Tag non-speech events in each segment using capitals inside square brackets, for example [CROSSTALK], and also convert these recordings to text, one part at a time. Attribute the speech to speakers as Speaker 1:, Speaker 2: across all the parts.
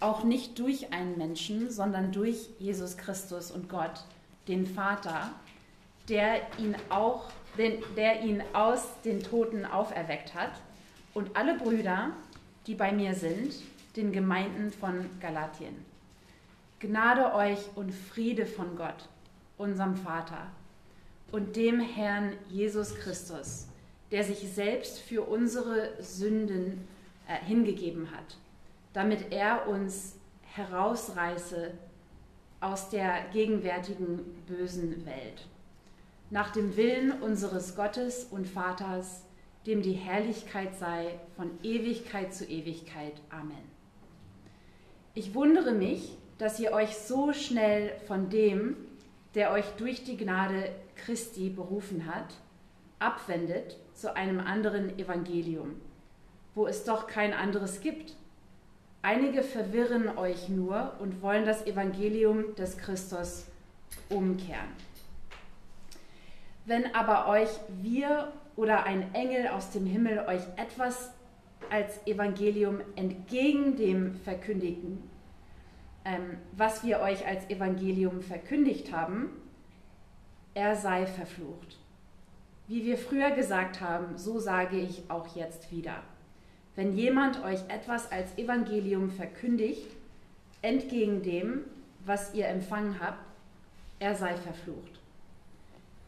Speaker 1: auch nicht durch einen Menschen, sondern durch Jesus Christus und Gott, den Vater, der ihn auch, den, der ihn aus den Toten auferweckt hat und alle Brüder, die bei mir sind, den Gemeinden von Galatien. Gnade euch und Friede von Gott, unserem Vater, und dem Herrn Jesus Christus, der sich selbst für unsere Sünden äh, hingegeben hat, damit er uns herausreiße aus der gegenwärtigen bösen Welt. Nach dem Willen unseres Gottes und Vaters, dem die Herrlichkeit sei von Ewigkeit zu Ewigkeit. Amen. Ich wundere mich, dass ihr euch so schnell von dem, der euch durch die Gnade Christi berufen hat, abwendet zu einem anderen Evangelium, wo es doch kein anderes gibt. Einige verwirren euch nur und wollen das Evangelium des Christus umkehren. Wenn aber euch wir oder ein Engel aus dem Himmel euch etwas als Evangelium entgegen dem verkündigen, ähm, was wir euch als Evangelium verkündigt haben, er sei verflucht. Wie wir früher gesagt haben, so sage ich auch jetzt wieder. Wenn jemand euch etwas als Evangelium verkündigt, entgegen dem, was ihr empfangen habt, er sei verflucht.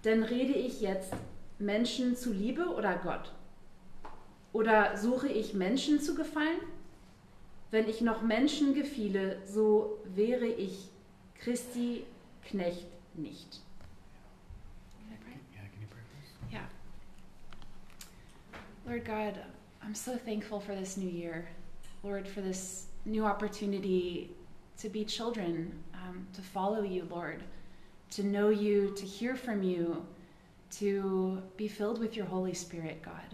Speaker 1: Denn rede ich jetzt Menschen zu Liebe oder Gott? Oder suche ich Menschen zu gefallen? Wenn ich noch Menschen gefiele, so wäre ich Christi Knecht nicht. Yeah.
Speaker 2: Lord God, I'm so thankful for this new year. Lord, for this new opportunity to be children, um, to follow you, Lord, to know you, to hear from you, to be filled with your Holy Spirit, God.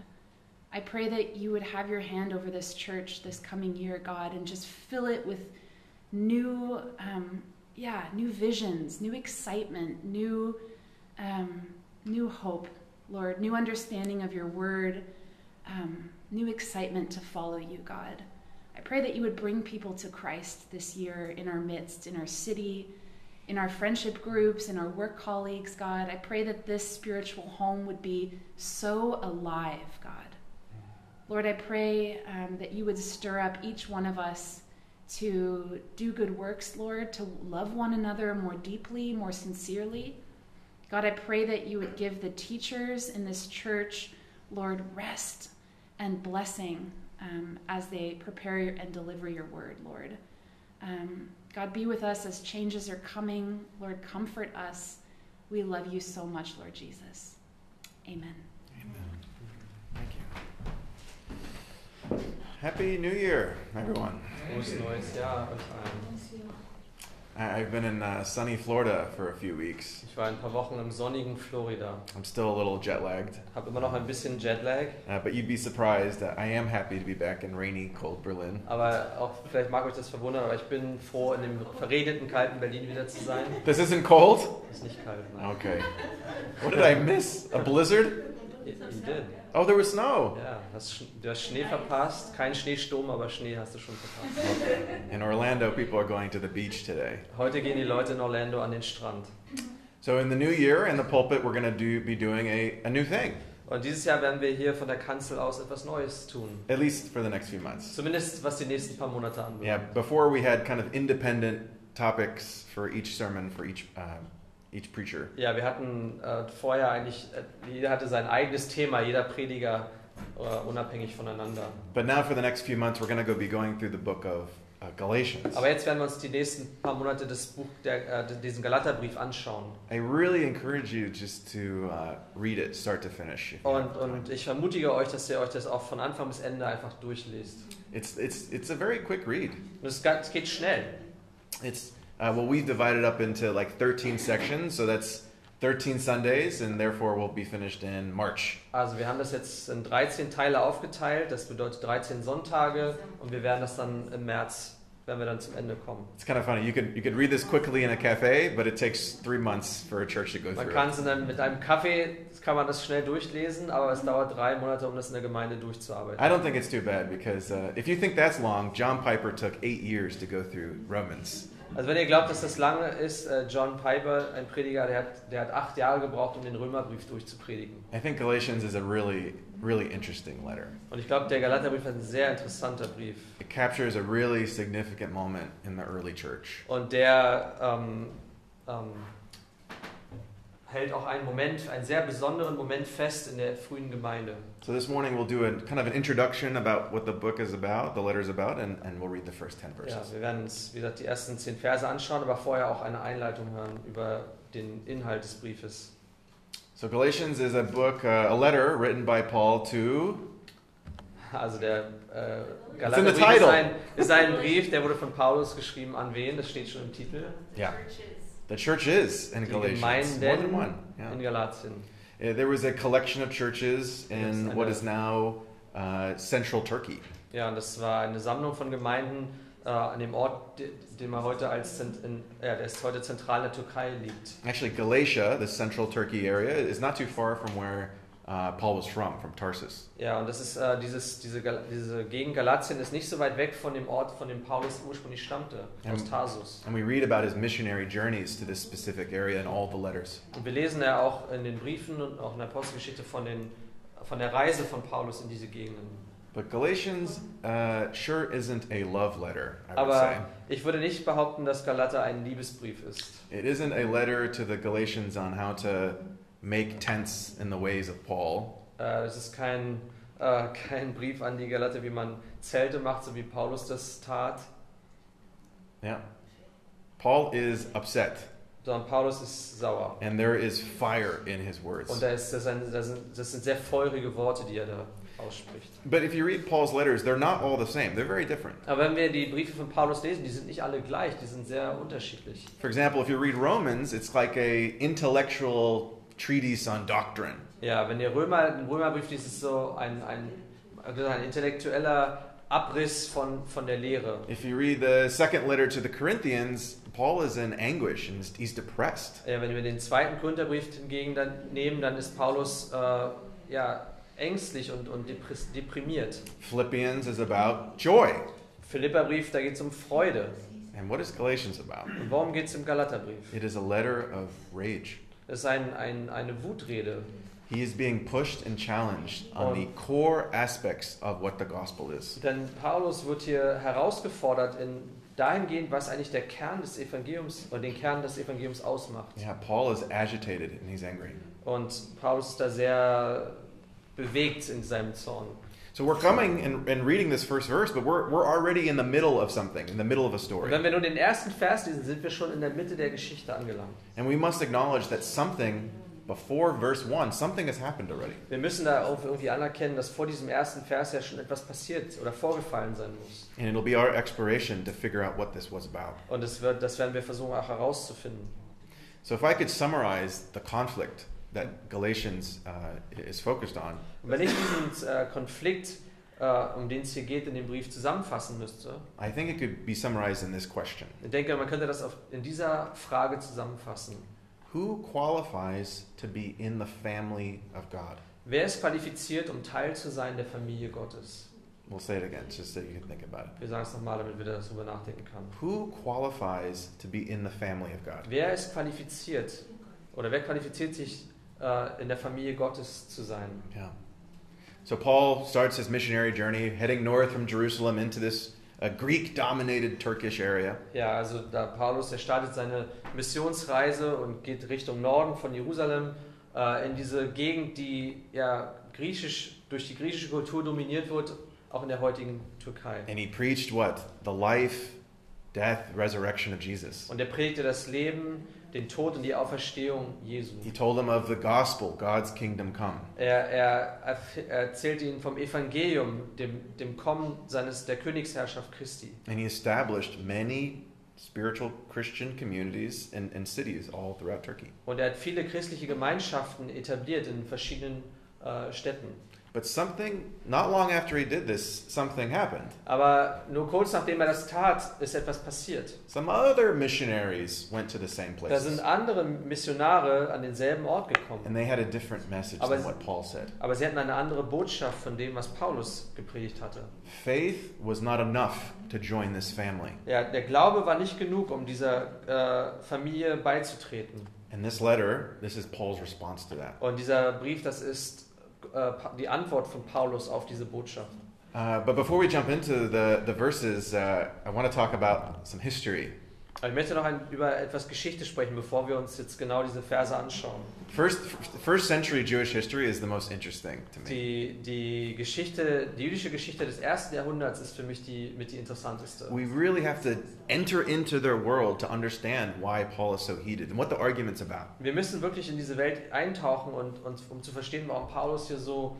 Speaker 2: I pray that you would have your hand over this church this coming year, God, and just fill it with new, um, yeah, new visions, new excitement, new, um, new hope, Lord, new understanding of your word, um, new excitement to follow you, God. I pray that you would bring people to Christ this year in our midst, in our city, in our friendship groups, in our work colleagues, God. I pray that this spiritual home would be so alive, God. Lord, I pray um, that you would stir up each one of us to do good works, Lord, to love one another more deeply, more sincerely. God, I pray that you would give the teachers in this church, Lord, rest and blessing um, as they prepare and deliver your word, Lord. Um, God, be with us as changes are coming. Lord, comfort us. We love you so much, Lord Jesus. Amen.
Speaker 3: Amen. Thank you. Happy New Year, everyone.
Speaker 4: Frohes neues Jahr euch allen.
Speaker 3: I- I've been in uh, sunny Florida for a few weeks.
Speaker 4: Ich war ein paar Wochen im sonnigen Florida.
Speaker 3: I'm still a little jet lagged,
Speaker 4: Hab immer noch ein bisschen Jetlag,
Speaker 3: uh, but you'd be surprised. that I am happy to be back in rainy, cold Berlin.
Speaker 4: aber auch vielleicht mag euch das verwundern, aber ich bin froh, in dem verregneten, kalten Berlin wieder zu sein.
Speaker 3: This isn't cold?
Speaker 4: Ist nicht kalt, ne? nein.
Speaker 3: Okay. What did I miss? A blizzard?
Speaker 4: You you did.
Speaker 3: Oh, there was snow.
Speaker 4: Ja, hast, Sch- du hast Schnee verpasst. Kein Schneesturm, aber Schnee hast du schon verpasst.
Speaker 3: In Orlando, people are going to the beach today.
Speaker 4: Heute gehen die Leute in Orlando an den Strand.
Speaker 3: So, in the new year, in the pulpit, we're going to do, be doing a, a new thing,
Speaker 4: Und dieses Jahr werden wir hier von der Kanzel aus etwas Neues tun.
Speaker 3: at least for the next few months.
Speaker 4: Zumindest was die nächsten paar Monate
Speaker 3: Yeah,
Speaker 4: anbelangt.
Speaker 3: before we had kind of independent topics for each sermon, for each, um, each preacher.
Speaker 4: Ja, wir hatten äh, vorher eigentlich, äh, jeder hatte sein eigenes Thema, jeder Prediger äh, unabhängig voneinander.
Speaker 3: But now, for the next few months, we're going to go be going through the book of uh, Galatians.
Speaker 4: Aber jetzt werden wir uns die nächsten paar Monate das Buch, der, äh, diesen Galaterbrief anschauen.
Speaker 3: I really encourage you just to uh, read it, start to finish. if you have
Speaker 4: Und,
Speaker 3: the time.
Speaker 4: und ich vermutige euch, dass ihr euch das auch von Anfang bis Ende einfach durchlest.
Speaker 3: It's, it's, it's a very quick read.
Speaker 4: Und es, ga- es geht schnell.
Speaker 3: It's uh, well, we've divided up into like 13 sections, so that's 13 Sundays, and therefore we'll be finished in March.
Speaker 4: Also wir haben das jetzt in 13 Teile aufgeteilt, das bedeutet 13 Sonntage und wir werden das dann im März wenn wir dann zum Ende kommen.
Speaker 3: It's kind of funny. You could you could read this quickly in a cafe, but it takes three months for a church to go
Speaker 4: Man
Speaker 3: through.
Speaker 4: kann
Speaker 3: it.
Speaker 4: es in einem, mit einem Kaffee, kann man das schnell durchlesen, aber es dauert drei Monate, um das in der Gemeinde durchzuarbeiten.
Speaker 3: I don't think it's too bad because uh, if you think that's long, John Piper took eight years to go through Romans.
Speaker 4: Also wenn ihr glaubt, dass das lange ist, äh, John Piper, ein Prediger, der hat, der hat acht Jahre gebraucht, um den Römerbrief durchzupredigen.
Speaker 3: I think Galatians is a really really interesting letter.
Speaker 4: Und ich glaube, der Galaterbrief ist ein sehr interessanter Brief.
Speaker 3: It captures a really significant moment in the early church.
Speaker 4: Und der ähm, ähm, hält auch einen Moment, einen sehr besonderen Moment fest in der frühen Gemeinde.
Speaker 3: So this morning we'll do a kind of an introduction about what the book is about, the letter is about, and, and we'll read the first ten verses.
Speaker 4: Ja, wir werden uns, wie gesagt, die ersten zehn Verse anschauen, aber vorher auch eine Einleitung hören über den Inhalt des Briefes.
Speaker 3: So Galatians is a book, uh, a letter written by Paul to.
Speaker 4: Also der äh,
Speaker 3: It's in the
Speaker 4: Galaterbrief ist
Speaker 3: title.
Speaker 4: ein, ist ein Brief, der wurde von Paulus geschrieben. An wen? Das steht schon im Titel.
Speaker 3: Yeah. The church is in
Speaker 4: Die
Speaker 3: Galatians. More than
Speaker 4: Gemeinden
Speaker 3: one. Yeah.
Speaker 4: In Galatien.
Speaker 3: Uh, There was a collection of churches in
Speaker 4: Yes,
Speaker 3: what
Speaker 4: I
Speaker 3: is now uh, central Turkey.
Speaker 4: Ja, und das war eine Sammlung von Gemeinden äh, an dem Ort, de- den man heute als Zent in, ja, der ist heute zentral in der Türkei liegt.
Speaker 3: Actually, Galatia, the central Turkey area, is not too far from where uh, Paul was from, from Tarsus.
Speaker 4: Ja, und das ist äh, dieses, diese, Gal- diese Gegend Galatien ist nicht so weit weg von dem Ort, von dem Paulus ursprünglich stammte,
Speaker 3: Ja.
Speaker 4: aus Tarsus.
Speaker 3: And we read about his missionary journeys to this specific area in all the letters.
Speaker 4: Und wir lesen ja auch in den Briefen und auch in der Apostelgeschichte von, den, von der Reise von Paulus in diese Gegenden.
Speaker 3: But [LAUGHS] Galatians uh, sure isn't a love letter, I would say.
Speaker 4: Aber ich würde nicht behaupten, dass Galater ein Liebesbrief ist.
Speaker 3: It isn't a letter to the Galatians on how to make tents in the ways of Paul.
Speaker 4: Äh, Es ist kein, äh, [LAUGHS] kein Brief an die Galater, wie man Zelte macht, so wie Paulus das tat.
Speaker 3: Yeah. Paul is upset,
Speaker 4: sondern Paulus ist sauer.
Speaker 3: and there is fire in his words.
Speaker 4: Und da ist, das, ein, das, sind, das sind sehr feurige Worte, die er da ausspricht.
Speaker 3: But if you read Paul's letters, they're not all the same. They're very different.
Speaker 4: Aber wenn wir die Briefe von Paulus lesen, die sind nicht alle gleich, die sind sehr unterschiedlich.
Speaker 3: For example, if you read Romans, it's like a intellectual treatise on doctrine.
Speaker 4: Ja, wenn ihr Römer, den Römerbrief liest, ist so ein, ein, also ein intellektueller Abriss von, von der Lehre.
Speaker 3: If you read the second letter to the Corinthians, Paul is in anguish and he's depressed.
Speaker 4: Ja, wenn wir den zweiten Korintherbrief hingegen dann nehmen, dann ist Paulus äh, ja, ängstlich und, und depress- deprimiert.
Speaker 3: Philippians is about joy.
Speaker 4: Philipperbrief, da geht es um Freude.
Speaker 3: And what is Galatians about?
Speaker 4: Und worum geht es im Galaterbrief?
Speaker 3: It is a letter of rage.
Speaker 4: Das ist ein, ein, eine Wutrede.
Speaker 3: He is being pushed and challenged on the core aspects of what the gospel is.
Speaker 4: Denn Paulus wird hier herausgefordert in dahingehend, was eigentlich der Kern des Evangeliums und den Kern des Evangeliums ausmacht.
Speaker 3: Yeah, Paul is agitated and he's angry.
Speaker 4: Und Paulus ist da sehr bewegt in seinem Zorn.
Speaker 3: So we're coming and, and reading this first verse, but we're, we're already in the middle of something, in the middle of a
Speaker 4: Und wenn
Speaker 3: story.
Speaker 4: wir nur den ersten Vers lesen, sind wir schon in der Mitte der Geschichte angelangt.
Speaker 3: And we must acknowledge that something before verse 1, something has happened already.
Speaker 4: Wir müssen da auch irgendwie anerkennen, dass vor diesem ersten Vers ja schon etwas passiert oder vorgefallen sein muss.
Speaker 3: And it'll be our exploration to figure out what this was about.
Speaker 4: Und das, wird, das werden wir versuchen auch herauszufinden.
Speaker 3: So if I could summarize the conflict that Galatians uh, is focused on,
Speaker 4: Und wenn ich diesen äh, Konflikt, äh, um den es hier geht, in dem Brief zusammenfassen müsste,
Speaker 3: I think it could be summarized in this question.
Speaker 4: Ich denke, man könnte das auf, in dieser Frage zusammenfassen.
Speaker 3: Who qualifies to be in the family of God?
Speaker 4: Wer ist qualifiziert, um Teil zu sein der Familie Gottes?
Speaker 3: We'll say it again just so you can think about it.
Speaker 4: Wir sagen es nochmal, damit wir darüber nachdenken können.
Speaker 3: Who qualifies to be in the family of God?
Speaker 4: Wer ist qualifiziert oder wer qualifiziert sich, äh, in der Familie Gottes zu sein?
Speaker 3: Yeah. So Paul starts his missionary journey heading north from Jerusalem into this uh, Greek dominated Turkish area.
Speaker 4: Ja, also da Paulus, der startet seine Missionsreise und geht Richtung Norden von Jerusalem äh, in diese Gegend, die ja griechisch, durch die griechische Kultur dominiert wird, auch in der heutigen Türkei.
Speaker 3: And he preached what? The life, death, resurrection of Jesus.
Speaker 4: Und er predigte das Leben, den Tod und die Auferstehung Jesu.
Speaker 3: He told them of the gospel, God's kingdom come.
Speaker 4: Er, er erf- er erzählte ihnen vom Evangelium, dem, dem Kommen seines der Königsherrschaft Christi.
Speaker 3: And he established many spiritual Christian communities and, and cities all throughout Turkey.
Speaker 4: Und er hat viele christliche Gemeinschaften etabliert in verschiedenen äh, Städten.
Speaker 3: But something, not long after he did this, something happened.
Speaker 4: Aber nur kurz nachdem er das tat, ist etwas passiert.
Speaker 3: Some other missionaries went to the same
Speaker 4: Da
Speaker 3: places,
Speaker 4: sind andere Missionare an denselben Ort gekommen.
Speaker 3: and they had a different message
Speaker 4: Aber
Speaker 3: than
Speaker 4: es-
Speaker 3: what Paul said.
Speaker 4: Aber sie hatten eine andere Botschaft von dem, was Paulus gepredigt hatte.
Speaker 3: Faith was not enough to join this family,
Speaker 4: Ja, der Glaube war nicht genug, um dieser äh, Familie beizutreten.
Speaker 3: and this letter, this is Paul's response to that.
Speaker 4: Und dieser Brief, das ist äh, Pa- die Antwort von Paulus auf diese Botschaft.
Speaker 3: Uh, but before we jump into the the verses, uh, I want to talk about some history.
Speaker 4: Aber ich möchte noch ein, über etwas Geschichte sprechen, bevor wir uns jetzt genau diese Verse anschauen.
Speaker 3: First, first century Jewish history is the most interesting to me.
Speaker 4: Die, die Geschichte, die jüdische Geschichte des ersten Jahrhunderts ist für mich die mit die interessanteste.
Speaker 3: We really have to enter into their world to understand why Paul is so heated and what the argument's about.
Speaker 4: Wir müssen wirklich in diese Welt eintauchen und, und um zu verstehen, warum Paulus hier so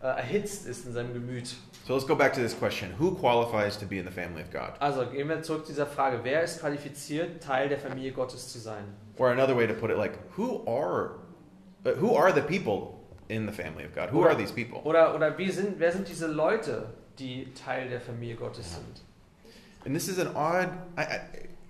Speaker 4: äh, erhitzt ist in seinem Gemüt.
Speaker 3: So let's go back to this question Who qualifies to be in the family of God?
Speaker 4: Also gehen wir zurück zu dieser Frage, wer ist qualifiziert, Teil der Familie Gottes zu sein?
Speaker 3: Or another way to put it, like, who are, uh, who are the people in the family of God? Who are these people?
Speaker 4: Oder, oder wie sind, wer sind diese Leute, die Teil der Familie Gottes sind?
Speaker 3: And this is an odd, I, I,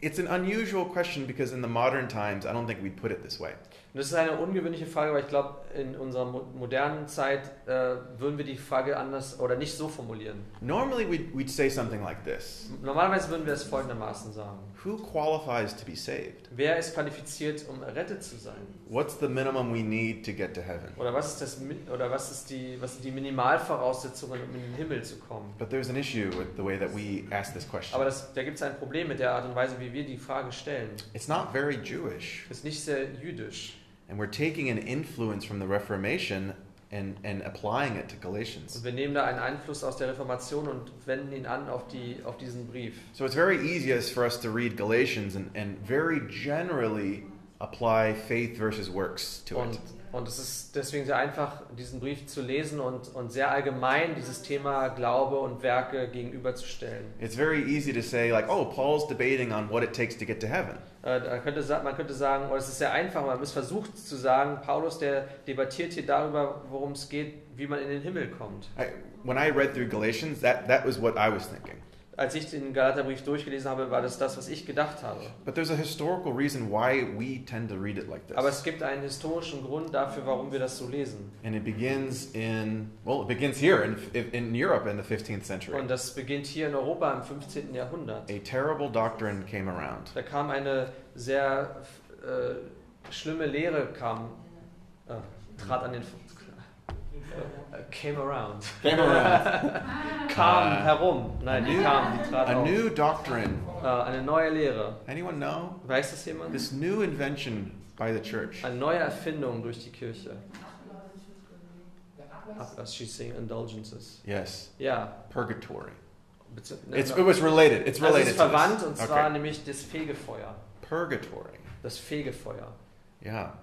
Speaker 3: it's an unusual question because in the modern times, I don't think we'd put it this way.
Speaker 4: Und das ist eine ungewöhnliche Frage, weil ich glaube, in unserer mo modernen Zeit äh, würden wir die Frage anders oder nicht so formulieren.
Speaker 3: Normally, we'd, we'd say something like this
Speaker 4: Normalerweise würden wir es folgendermaßen sagen.
Speaker 3: Who qualifies to be saved?
Speaker 4: Wer ist qualifiziert, um errettet zu sein?
Speaker 3: What's the minimum we need to get to heaven?
Speaker 4: Oder was ist das Min- oder was ist die was sind die Minimalvoraussetzungen, um in den Himmel zu kommen?
Speaker 3: But there's an issue with the way that we ask this question.
Speaker 4: Aber das, da gibt es ein Problem mit der Art und Weise, wie wir die Frage stellen.
Speaker 3: It's not very Jewish.
Speaker 4: Ist nicht sehr jüdisch.
Speaker 3: And we're taking an influence from the Reformation and, and applying it to
Speaker 4: Und
Speaker 3: Galatians.
Speaker 4: wir nehmen da einen Einfluss aus der Reformation und wenden ihn an auf die auf diesen Brief.
Speaker 3: So it's very easy as for us to read Galatians and, and very generally apply faith versus works to
Speaker 4: Und,
Speaker 3: it.
Speaker 4: und es ist deswegen sehr einfach, diesen Brief zu lesen und, und sehr allgemein dieses Thema Glaube und Werke gegenüberzustellen.
Speaker 3: It's very easy to say, like, oh, Paul's debating on what it takes to get to heaven.
Speaker 4: Äh, da könnte, sa- man könnte sagen, oder es ist sehr einfach, man ist versucht zu sagen, Paulus, der debattiert hier darüber, worum es geht, wie man in den Himmel kommt.
Speaker 3: I, when I read through Galatians, that, that was what I was thinking.
Speaker 4: Als ich den Galaterbrief durchgelesen habe, war das das, was ich gedacht habe.
Speaker 3: But there's a historical reason why we tend to read it like this.
Speaker 4: Aber es gibt einen historischen Grund dafür, warum wir das so lesen.
Speaker 3: And it begins in, well, it begins here in, in Europe in the 15th century.
Speaker 4: Und das beginnt hier in Europa im 15. Jahrhundert.
Speaker 3: A terrible doctrine came around.
Speaker 4: Da kam eine sehr äh, schlimme Lehre, kam, äh, trat an den. Äh, came around.
Speaker 3: Came around.
Speaker 4: [LAUGHS] kam
Speaker 3: Äh,
Speaker 4: herum. Nein, die
Speaker 3: new-
Speaker 4: kam, die trat
Speaker 3: A
Speaker 4: auf.
Speaker 3: new doctrine.
Speaker 4: Äh, eine neue Lehre.
Speaker 3: Anyone know?
Speaker 4: Weiß das jemand?
Speaker 3: This new invention by the church.
Speaker 4: Eine neue Erfindung durch die Kirche. Ablass, she's saying indulgences.
Speaker 3: Yes,
Speaker 4: Ja.
Speaker 3: purgatory.
Speaker 4: bezieh- ne,
Speaker 3: It's,
Speaker 4: ne-
Speaker 3: it was related. It's
Speaker 4: also es
Speaker 3: related
Speaker 4: ist
Speaker 3: to this.
Speaker 4: verwandt und zwar
Speaker 3: Okay.
Speaker 4: nämlich das Fegefeuer.
Speaker 3: Purgatory.
Speaker 4: Das Fegefeuer.
Speaker 3: Yeah.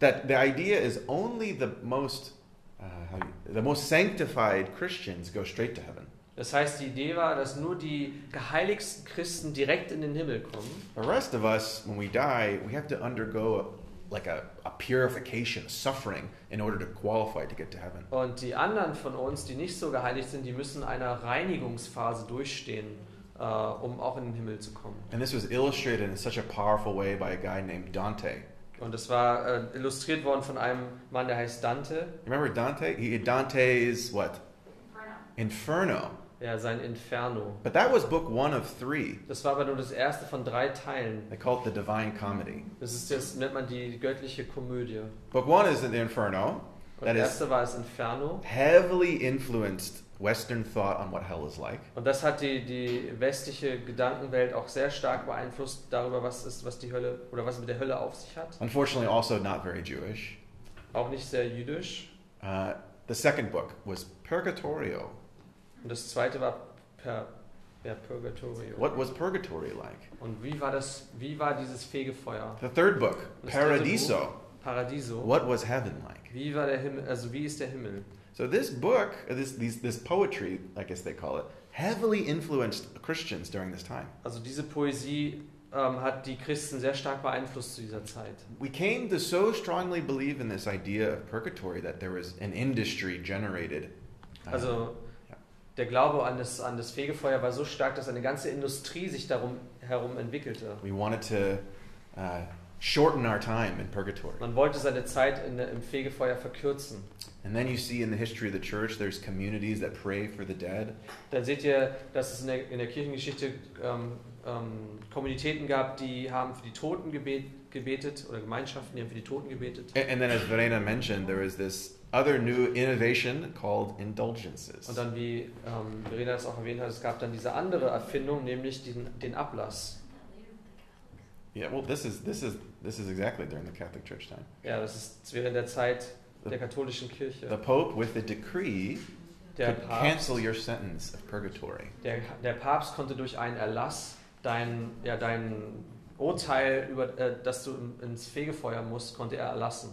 Speaker 3: That the idea is only the most uh, how you- the most sanctified Christians go straight to heaven.
Speaker 4: Das heißt, die Idee war, dass nur die geheiligsten Christen direkt in den Himmel kommen.
Speaker 3: The rest of us, when we die, we have to undergo a, like a, a purification, suffering, in order to qualify to get to heaven.
Speaker 4: Und die anderen von uns, die nicht so geheiligt sind, die müssen einer Reinigungsphase durchstehen, äh, um auch in den Himmel zu kommen.
Speaker 3: And this was illustrated in such a powerful way by a guy named Dante.
Speaker 4: Und das war äh, illustriert worden von einem Mann, der heißt Dante.
Speaker 3: Remember Dante? He, Dante's what? Inferno.
Speaker 4: Ja, sein Inferno.
Speaker 3: But that was book one of three.
Speaker 4: Das war aber nur das erste von drei Teilen.
Speaker 3: They call it the Divine Comedy.
Speaker 4: Das ist das nennt man die göttliche Komödie.
Speaker 3: Book one is the Inferno,
Speaker 4: Und
Speaker 3: That
Speaker 4: das
Speaker 3: is-
Speaker 4: erste war das Inferno.
Speaker 3: heavily influenced Western thought on what hell is like.
Speaker 4: Und das hat die, die westliche Gedankenwelt auch sehr stark beeinflusst darüber, was ist, was die Hölle oder was mit der Hölle auf sich hat.
Speaker 3: Unfortunately, also not very Jewish.
Speaker 4: Auch nicht sehr jüdisch.
Speaker 3: Uh, the second book was Purgatorio.
Speaker 4: Und das zweite war per, ja, Purgatorio.
Speaker 3: What was purgatory like?
Speaker 4: Und wie war das, wie war dieses Fegefeuer?
Speaker 3: The third book,
Speaker 4: The third
Speaker 3: Paradiso.
Speaker 4: Paradiso.
Speaker 3: What was heaven like?
Speaker 4: Wie war der Himmel, also wie ist der Himmel?
Speaker 3: So this book, or this these, this poetry, I guess they call it, heavily influenced Christians during this time.
Speaker 4: Also diese Poesie ähm, hat die Christen sehr stark beeinflusst zu dieser Zeit.
Speaker 3: We came to so strongly believe in this idea of purgatory that there was an industry generated
Speaker 4: Also der Glaube an das, an das Fegefeuer war so stark, dass eine ganze Industrie sich darum herum entwickelte.
Speaker 3: We wanted to uh, shorten our time in purgatory.
Speaker 4: Man wollte seine Zeit in, der- im Fegefeuer verkürzen.
Speaker 3: And then you see in the history of the church, there's communities that pray for the dead.
Speaker 4: Dann seht ihr, dass es in der, in der Kirchengeschichte ähm, ähm, Kommunitäten gab, die haben für die Toten gebet, gebetet oder Gemeinschaften, die haben für die Toten gebetet.
Speaker 3: And, and then, as Verena mentioned, there is this other new innovation called indulgences.
Speaker 4: Und dann, wie ähm, Verena das auch erwähnt hat, es gab dann diese andere Erfindung, nämlich den, den Ablass.
Speaker 3: Yeah, well, this is this is this is exactly during the Catholic Church time.
Speaker 4: Ja, das ist während der Zeit der katholischen Kirche.
Speaker 3: The Pope, with a decree,
Speaker 4: Der
Speaker 3: could
Speaker 4: Papst,
Speaker 3: cancel your sentence of purgatory.
Speaker 4: der, der Papst konnte durch einen Erlass dein, ja, dein Urteil, über, äh, dass du in- ins Fegefeuer musst, konnte er erlassen.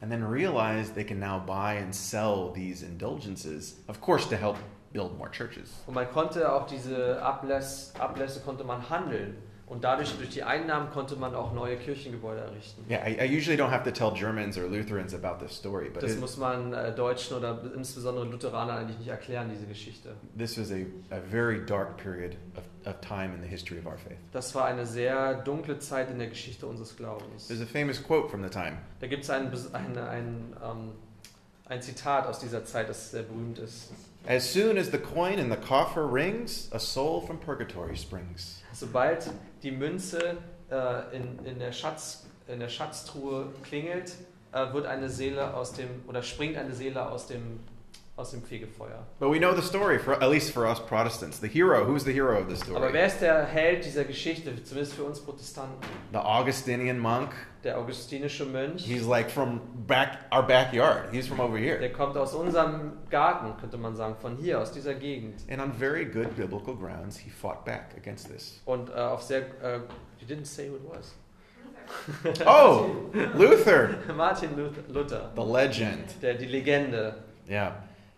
Speaker 3: and then realize they can now buy and sell these indulgences, of course, to help build more churches.
Speaker 4: Und man konnte auch diese Abläss, Ablässe konnte man handeln. Und dadurch, durch die Einnahmen, konnte man auch neue Kirchengebäude errichten.
Speaker 3: Yeah, I, I usually don't have to tell Germans or Lutherans about this story, but
Speaker 4: Das
Speaker 3: it-
Speaker 4: muss man äh, Deutschen oder insbesondere Lutheranern eigentlich nicht erklären, diese Geschichte.
Speaker 3: this was a, a very dark period of, of time in the history of our faith.
Speaker 4: Das war eine sehr dunkle Zeit in der Geschichte unseres Glaubens.
Speaker 3: There's a famous quote from the time
Speaker 4: Da gibt es ein, bes- ein, ein, ähm, ein Zitat aus dieser Zeit, das sehr berühmt ist.
Speaker 3: As soon as the coin in the coffer rings, a soul from purgatory springs.
Speaker 4: Sobald die Münze äh, in, in, der Schatz, in der Schatztruhe klingelt, äh, wird eine Seele aus dem oder springt eine Seele aus dem aus dem Fegefeuer.
Speaker 3: But we know the story, for, at least for us Protestants. The hero, who's the hero of the
Speaker 4: Aber
Speaker 3: story?
Speaker 4: wer ist der Held dieser Geschichte? Zumindest für uns Protestanten.
Speaker 3: The Augustinian monk.
Speaker 4: Der augustinische Mönch.
Speaker 3: He's like from back our backyard. He's from over here.
Speaker 4: Der kommt aus unserem Garten, könnte man sagen, von hier, aus dieser Gegend.
Speaker 3: And on very good biblical grounds, he fought back against this.
Speaker 4: Und äh, auf sehr. Äh, you didn't say who it was.
Speaker 3: Oh, Luther,
Speaker 4: Martin Luth- Luther,
Speaker 3: the legend.
Speaker 4: der, die Legende.
Speaker 3: Yeah.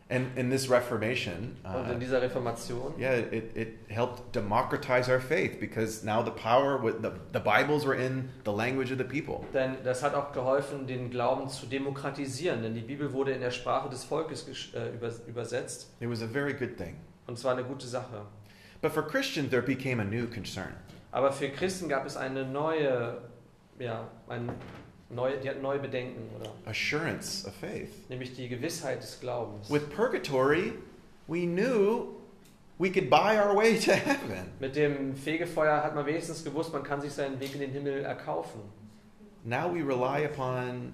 Speaker 3: And in this Reformation,
Speaker 4: Und
Speaker 3: uh,
Speaker 4: in dieser Reformation.
Speaker 3: yeah, it, it helped democratize our faith because now the power, with the, the Bibles were in the language of the people.
Speaker 4: Denn das hat auch geholfen, den Glauben zu demokratisieren, denn die Bibel wurde in der Sprache des Volkes gesch- äh, übers- übersetzt
Speaker 3: It was a very good thing.
Speaker 4: und es war eine gute Sache.
Speaker 3: But for Christians, there became a new concern.
Speaker 4: Aber für Christen gab es eine neue, ja, ein neue, die hatten neue Bedenken, oder?
Speaker 3: assurance of faith.
Speaker 4: Nämlich die Gewissheit des Glaubens.
Speaker 3: With purgatory, we knew we could buy our way to heaven.
Speaker 4: Mit dem Fegefeuer hat man wenigstens gewusst, man kann sich seinen Weg in den Himmel erkaufen.
Speaker 3: Now we rely upon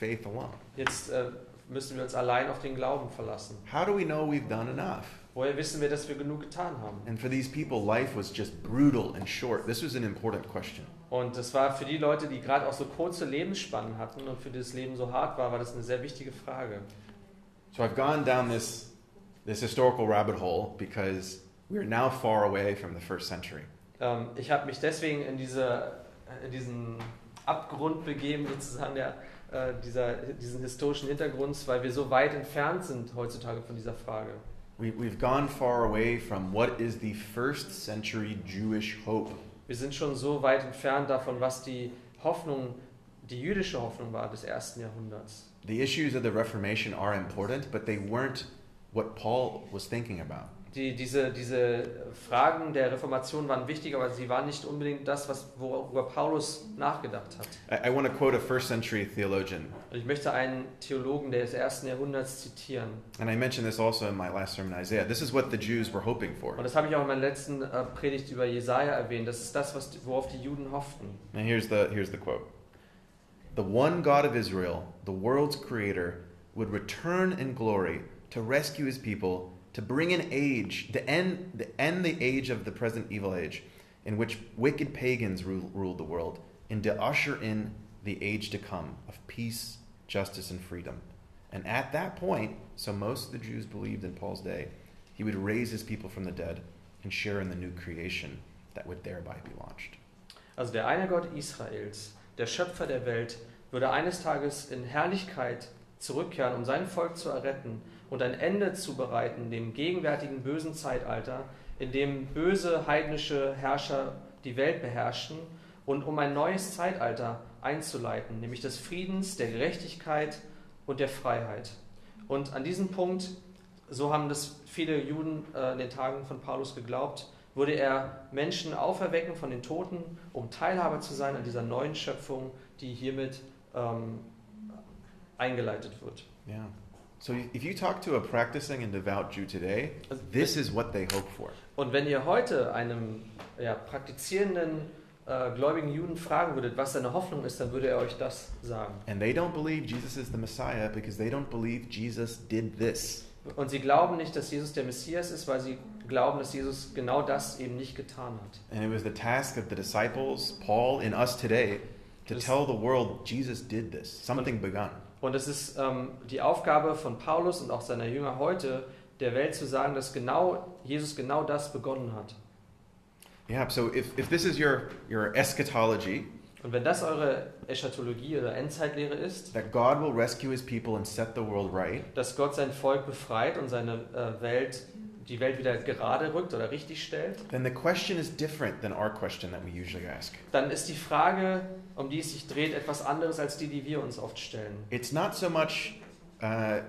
Speaker 3: faith alone.
Speaker 4: Jetzt äh, müssen wir uns allein auf den Glauben verlassen.
Speaker 3: How do we know we've done enough?
Speaker 4: Woher wissen wir, dass wir genug getan haben?
Speaker 3: And for these people, life was just brutal and short. This was an important question.
Speaker 4: Und das war für die Leute, die gerade auch so kurze Lebensspannen hatten und für die das Leben so hart war, war das eine sehr wichtige Frage.
Speaker 3: So I've gone down this, this historical rabbit hole because we're now far away from the first century.
Speaker 4: Ähm, ich habe mich deswegen in, diese, in diesen Abgrund begeben, sozusagen der, äh, dieser, diesen historischen Hintergrunds, weil wir so weit entfernt sind heutzutage von dieser Frage.
Speaker 3: We, we've gone far away from what is the first century Jewish hope.
Speaker 4: Wir sind schon so weit entfernt davon, was die Hoffnung, die jüdische Hoffnung war des ersten Jahrhunderts.
Speaker 3: The issues of the Reformation are important, but they weren't what Paul was thinking about.
Speaker 4: Die, diese, diese Fragen der Reformation waren wichtig, aber sie waren nicht unbedingt das, was, worüber Paulus nachgedacht hat.
Speaker 3: I, I want to quote a first century theologian,
Speaker 4: Und Also ich möchte einen Theologen des ersten Jahrhunderts zitieren.
Speaker 3: and I mentioned this also in my last sermon, Isaiah. This is what the Jews were hoping
Speaker 4: Und
Speaker 3: for.
Speaker 4: das habe ich auch in meiner letzten äh, Predigt über Jesaja erwähnt. Das ist das, was, worauf die Juden hofften.
Speaker 3: And here's the, here's the quote The one God of Israel, the world's creator, would return in glory to rescue his people, to bring an age, to end, to end the age of the present evil age in which wicked pagans rule, ruled the world, and to usher in the age to come of peace, justice, and freedom. And at that point, so most of the Jews believed in Paul's day, he would raise his people from the dead and share in the new creation that would thereby be launched.
Speaker 4: Also der eine Gott Israels, der Schöpfer der Welt, würde eines Tages in Herrlichkeit zurückkehren, um sein Volk zu erretten und ein Ende zu bereiten dem gegenwärtigen bösen Zeitalter, in dem böse heidnische Herrscher die Welt beherrschen und um ein neues Zeitalter einzuleiten, nämlich des Friedens, der Gerechtigkeit und der Freiheit. Und an diesem Punkt so haben das viele Juden äh, in den Tagen von Paulus geglaubt, würde er Menschen auferwecken von den Toten, um Teilhaber zu sein an dieser neuen Schöpfung, die hiermit ähm, eingeleitet wird.
Speaker 3: Yeah. So if you talk to a practicing and devout Jew today,
Speaker 4: Also,
Speaker 3: this is what they hope for.
Speaker 4: Und wenn ihr heute einem ja, praktizierenden äh, gläubigen Juden fragen würdet, was seine Hoffnung ist, dann würde er euch das sagen.
Speaker 3: And they don't believe Jesus is the Messiah because they don't believe Jesus did this.
Speaker 4: Und sie glauben nicht, dass Jesus der Messias ist, weil sie glauben, dass Jesus genau das eben nicht getan hat.
Speaker 3: And it was the task of the disciples, Paul, and us today to
Speaker 4: Just-
Speaker 3: tell the world Jesus did this. Something begun.
Speaker 4: Und es ist ähm, die Aufgabe von Paulus und auch seiner Jünger heute, der Welt zu sagen, dass genau Jesus genau das begonnen hat.
Speaker 3: Yeah, so if, if this is your, your eschatology,
Speaker 4: Und wenn das eure Eschatologie oder Endzeitlehre ist,
Speaker 3: that God will rescue his people and set the world right,
Speaker 4: dass Gott sein Volk befreit und seine äh, Welt, die Welt wieder gerade rückt oder richtig stellt,
Speaker 3: then the question is different than our question that we usually ask.
Speaker 4: dann ist die Frage, um die es sich dreht, etwas anderes als die, die wir uns oft stellen.
Speaker 3: It's not so much uh,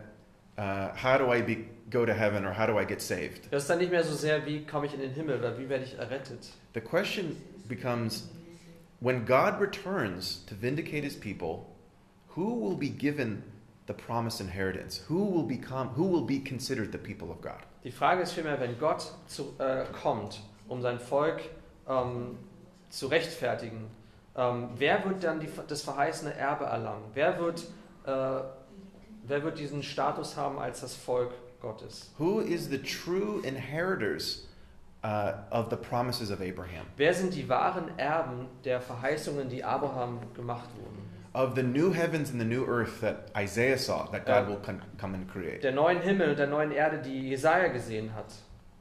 Speaker 3: uh, how do I be, go to heaven or how do I get saved?
Speaker 4: Das ist dann nicht mehr so sehr, wie komme ich in den Himmel oder wie werde ich errettet.
Speaker 3: The question becomes when God returns to vindicate his people, who will be given the promised inheritance? Who will become who will be considered the people of God?
Speaker 4: Die Frage ist vielmehr, wenn Gott zu, äh, kommt, um sein Volk ähm, zu rechtfertigen, ähm, wer wird dann die, das verheißene Erbe erlangen? Wer wird, äh, wer wird diesen Status haben als das Volk Gottes?
Speaker 3: Who is the true inheritors uh, of the promises of Abraham,
Speaker 4: Wer sind die wahren Erben der Verheißungen, die Abraham gemacht wurden?
Speaker 3: of the new heavens and the new earth that Isaiah saw that God
Speaker 4: Uh,
Speaker 3: will con- come and create?
Speaker 4: Der neuen Himmel und der neuen Erde, die Jesaja gesehen hat,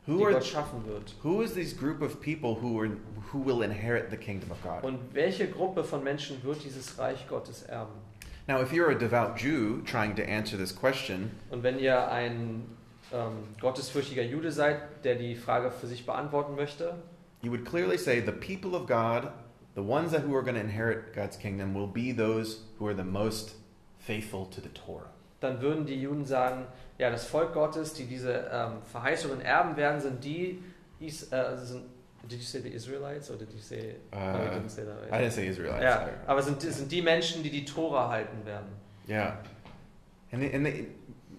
Speaker 4: die
Speaker 3: Who are
Speaker 4: Gott schaffen wird.
Speaker 3: who is this group of people who are who will inherit the kingdom of God?
Speaker 4: Und welche Gruppe von Menschen wird dieses Reich Gottes erben?
Speaker 3: Now, if you're a devout Jew trying to answer this question,
Speaker 4: Und wenn ihr ein ähm, gottesfürchtiger Jude seid, der die Frage für sich beantworten möchte,
Speaker 3: you would clearly say the people of God, the ones that who are going to inherit God's kingdom, will be those who are the most faithful to the Torah.
Speaker 4: dann würden die Juden sagen, ja, das Volk Gottes, die diese ähm, Verheißungen erben werden, sind die, Is äh, sind, did you say the Israelites or did you say, no, you
Speaker 3: Uh,
Speaker 4: didn't say that, right?
Speaker 3: I didn't say Israelites.
Speaker 4: ja, aber sind, die- sind die Menschen, die die Tora halten werden.
Speaker 3: Yeah. And in, the,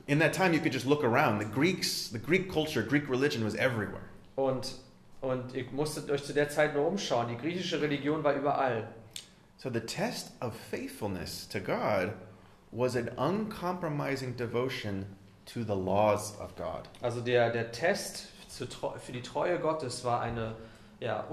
Speaker 3: in that time, you could just look around. The Greeks, the Greek culture, Greek religion was everywhere.
Speaker 4: Und, und ihr musstet euch zu der Zeit nur umschauen. Die griechische Religion war überall.
Speaker 3: So the test of faithfulness to God was an uncompromising devotion to the laws of God.
Speaker 4: Also der, der Test zu, Treu- für die Treue Gottes war eine ja,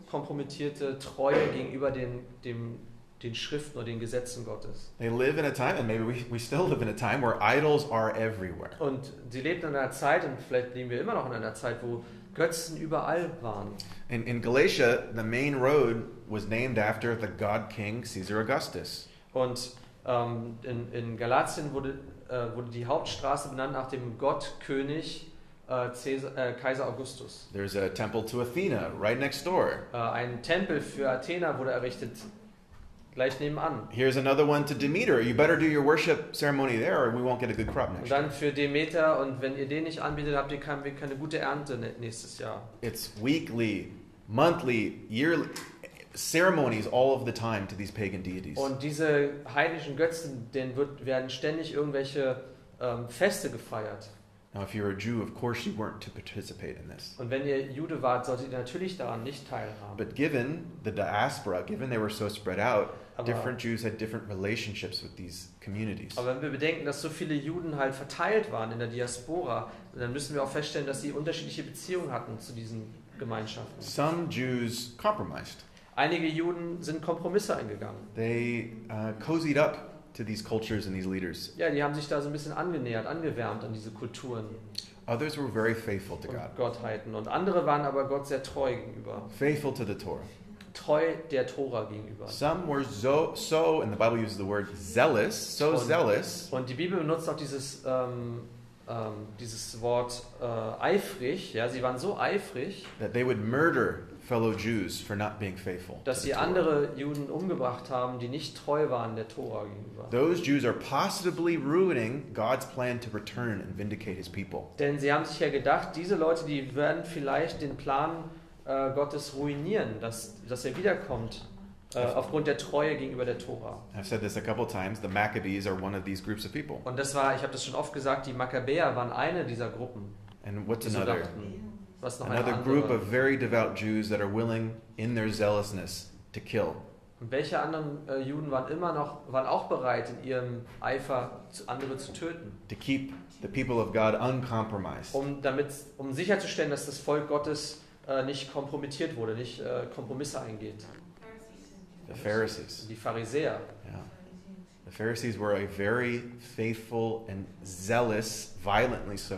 Speaker 4: unkompromittierte Treue gegenüber den, dem, den Schriften oder den Gesetzen Gottes.
Speaker 3: They live in a time, and maybe we, we still live in a time, where idols are everywhere.
Speaker 4: Und sie lebten in einer Zeit, und vielleicht leben wir immer noch in einer Zeit, wo Götzen überall waren.
Speaker 3: In, in Galatia, the main road was named after the god king Caesar Augustus.
Speaker 4: Und ähm, in, in Galatien wurde, äh, wurde die Hauptstraße benannt nach dem Gottkönig äh, Cäsar, äh, Kaiser Augustus.
Speaker 3: There's a temple to Athena right next door.
Speaker 4: Äh, ein Tempel für Athena wurde errichtet, gleich nebenan.
Speaker 3: Here's another one to Demeter. You better do your worship ceremony there, or we won't get a good crop next
Speaker 4: Und
Speaker 3: year.
Speaker 4: dann für Demeter und wenn ihr den nicht anbietet, habt ihr kein, keine gute Ernte ne- nächstes Jahr.
Speaker 3: It's weekly, monthly, yearly ceremonies all of the time to these pagan deities.
Speaker 4: Und diese heidnischen Götzen, denen wird, werden ständig irgendwelche ähm, Feste gefeiert.
Speaker 3: Now, if you're a Jew, of course you weren't to participate in this.
Speaker 4: Und wenn ihr Jude wart, solltet ihr natürlich daran nicht teilhaben.
Speaker 3: But given the diaspora, given they were so spread out,
Speaker 4: Aber,
Speaker 3: different Jews had different relationships with these communities.
Speaker 4: aber wenn wir bedenken, dass so viele Juden halt verteilt waren in der Diaspora, dann müssen wir auch feststellen, dass sie unterschiedliche Beziehungen hatten zu diesen Gemeinschaften.
Speaker 3: Some Jews compromised.
Speaker 4: Einige Juden sind Kompromisse eingegangen.
Speaker 3: They uh, cozied up to these cultures and these leaders.
Speaker 4: Ja, die haben sich da so ein bisschen angenähert, angewärmt an diese Kulturen.
Speaker 3: Others were very faithful to God,
Speaker 4: und Gottheiten. Und andere waren aber Gott sehr treu gegenüber.
Speaker 3: faithful to the Torah.
Speaker 4: Treu der Tora gegenüber.
Speaker 3: Some were so, so and the Bible uses the word zealous, so
Speaker 4: Und-
Speaker 3: zealous
Speaker 4: Und die Bibel benutzt auch dieses, ähm, ähm, dieses Wort äh, eifrig. Ja, sie waren so eifrig,
Speaker 3: that they would murder fellow Jews for not being faithful. to
Speaker 4: dass
Speaker 3: the
Speaker 4: sie
Speaker 3: Torah.
Speaker 4: andere Juden umgebracht haben, die nicht treu waren der Tora gegenüber.
Speaker 3: Those Jews are positively ruining God's plan to return and vindicate his people.
Speaker 4: Denn sie haben sich ja gedacht, diese Leute, die werden vielleicht den Plan äh, Gottes ruinieren, dass, dass er wiederkommt, äh, aufgrund der Treue gegenüber der Tora.
Speaker 3: I've said this a couple times. The Maccabees are one of these groups of people.
Speaker 4: Und das war, ich habe das schon oft gesagt, die Makkabäer waren eine dieser Gruppen,
Speaker 3: And what's
Speaker 4: die so
Speaker 3: another?
Speaker 4: dachten. Was noch eine
Speaker 3: Another group
Speaker 4: andere?
Speaker 3: of very devout Jews that are willing, in their zealousness, to kill.
Speaker 4: Und welche anderen äh, Juden waren immer noch, waren auch bereit, in ihrem Eifer zu, andere zu töten,
Speaker 3: to keep the people of God uncompromised.
Speaker 4: um, damit, um sicherzustellen, dass das Volk Gottes äh, nicht kompromittiert wurde, nicht äh, Kompromisse eingeht.
Speaker 3: The Pharisees.
Speaker 4: Die Pharisäer.
Speaker 3: Yeah. The Pharisees were a very faithful and zealous, violently so,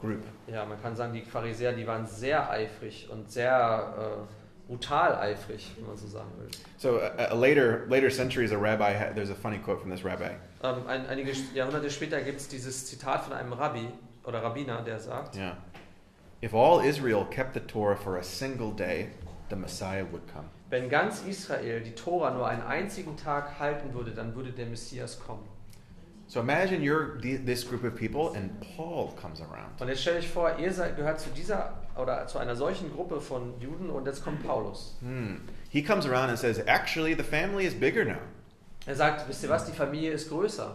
Speaker 3: group.
Speaker 4: Ja, man kann sagen, die Pharisäer, die waren sehr eifrig und sehr äh, brutal eifrig, wenn man so sagen will.
Speaker 3: So uh, uh, later, later centuries, a rabbi had, there's a funny quote from this rabbi.
Speaker 4: Ähm, ein, einige Jahrhunderte später gibt es dieses Zitat von einem Rabbi oder Rabbiner, der sagt,
Speaker 3: Yeah. If all Israel kept the Torah for a single day, the Messiah would come.
Speaker 4: wenn ganz Israel die Tora nur einen einzigen Tag halten würde, dann würde der Messias kommen.
Speaker 3: So imagine you're the, this group of people, and Paul comes around.
Speaker 4: Und jetzt stell dich vor, ihr seid, gehört zu dieser oder zu einer solchen Gruppe von Juden und jetzt kommt Paulus.
Speaker 3: Hmm. He comes around and says, "Actually, the family is bigger now.
Speaker 4: Er sagt, wisst ihr was, die Familie ist größer.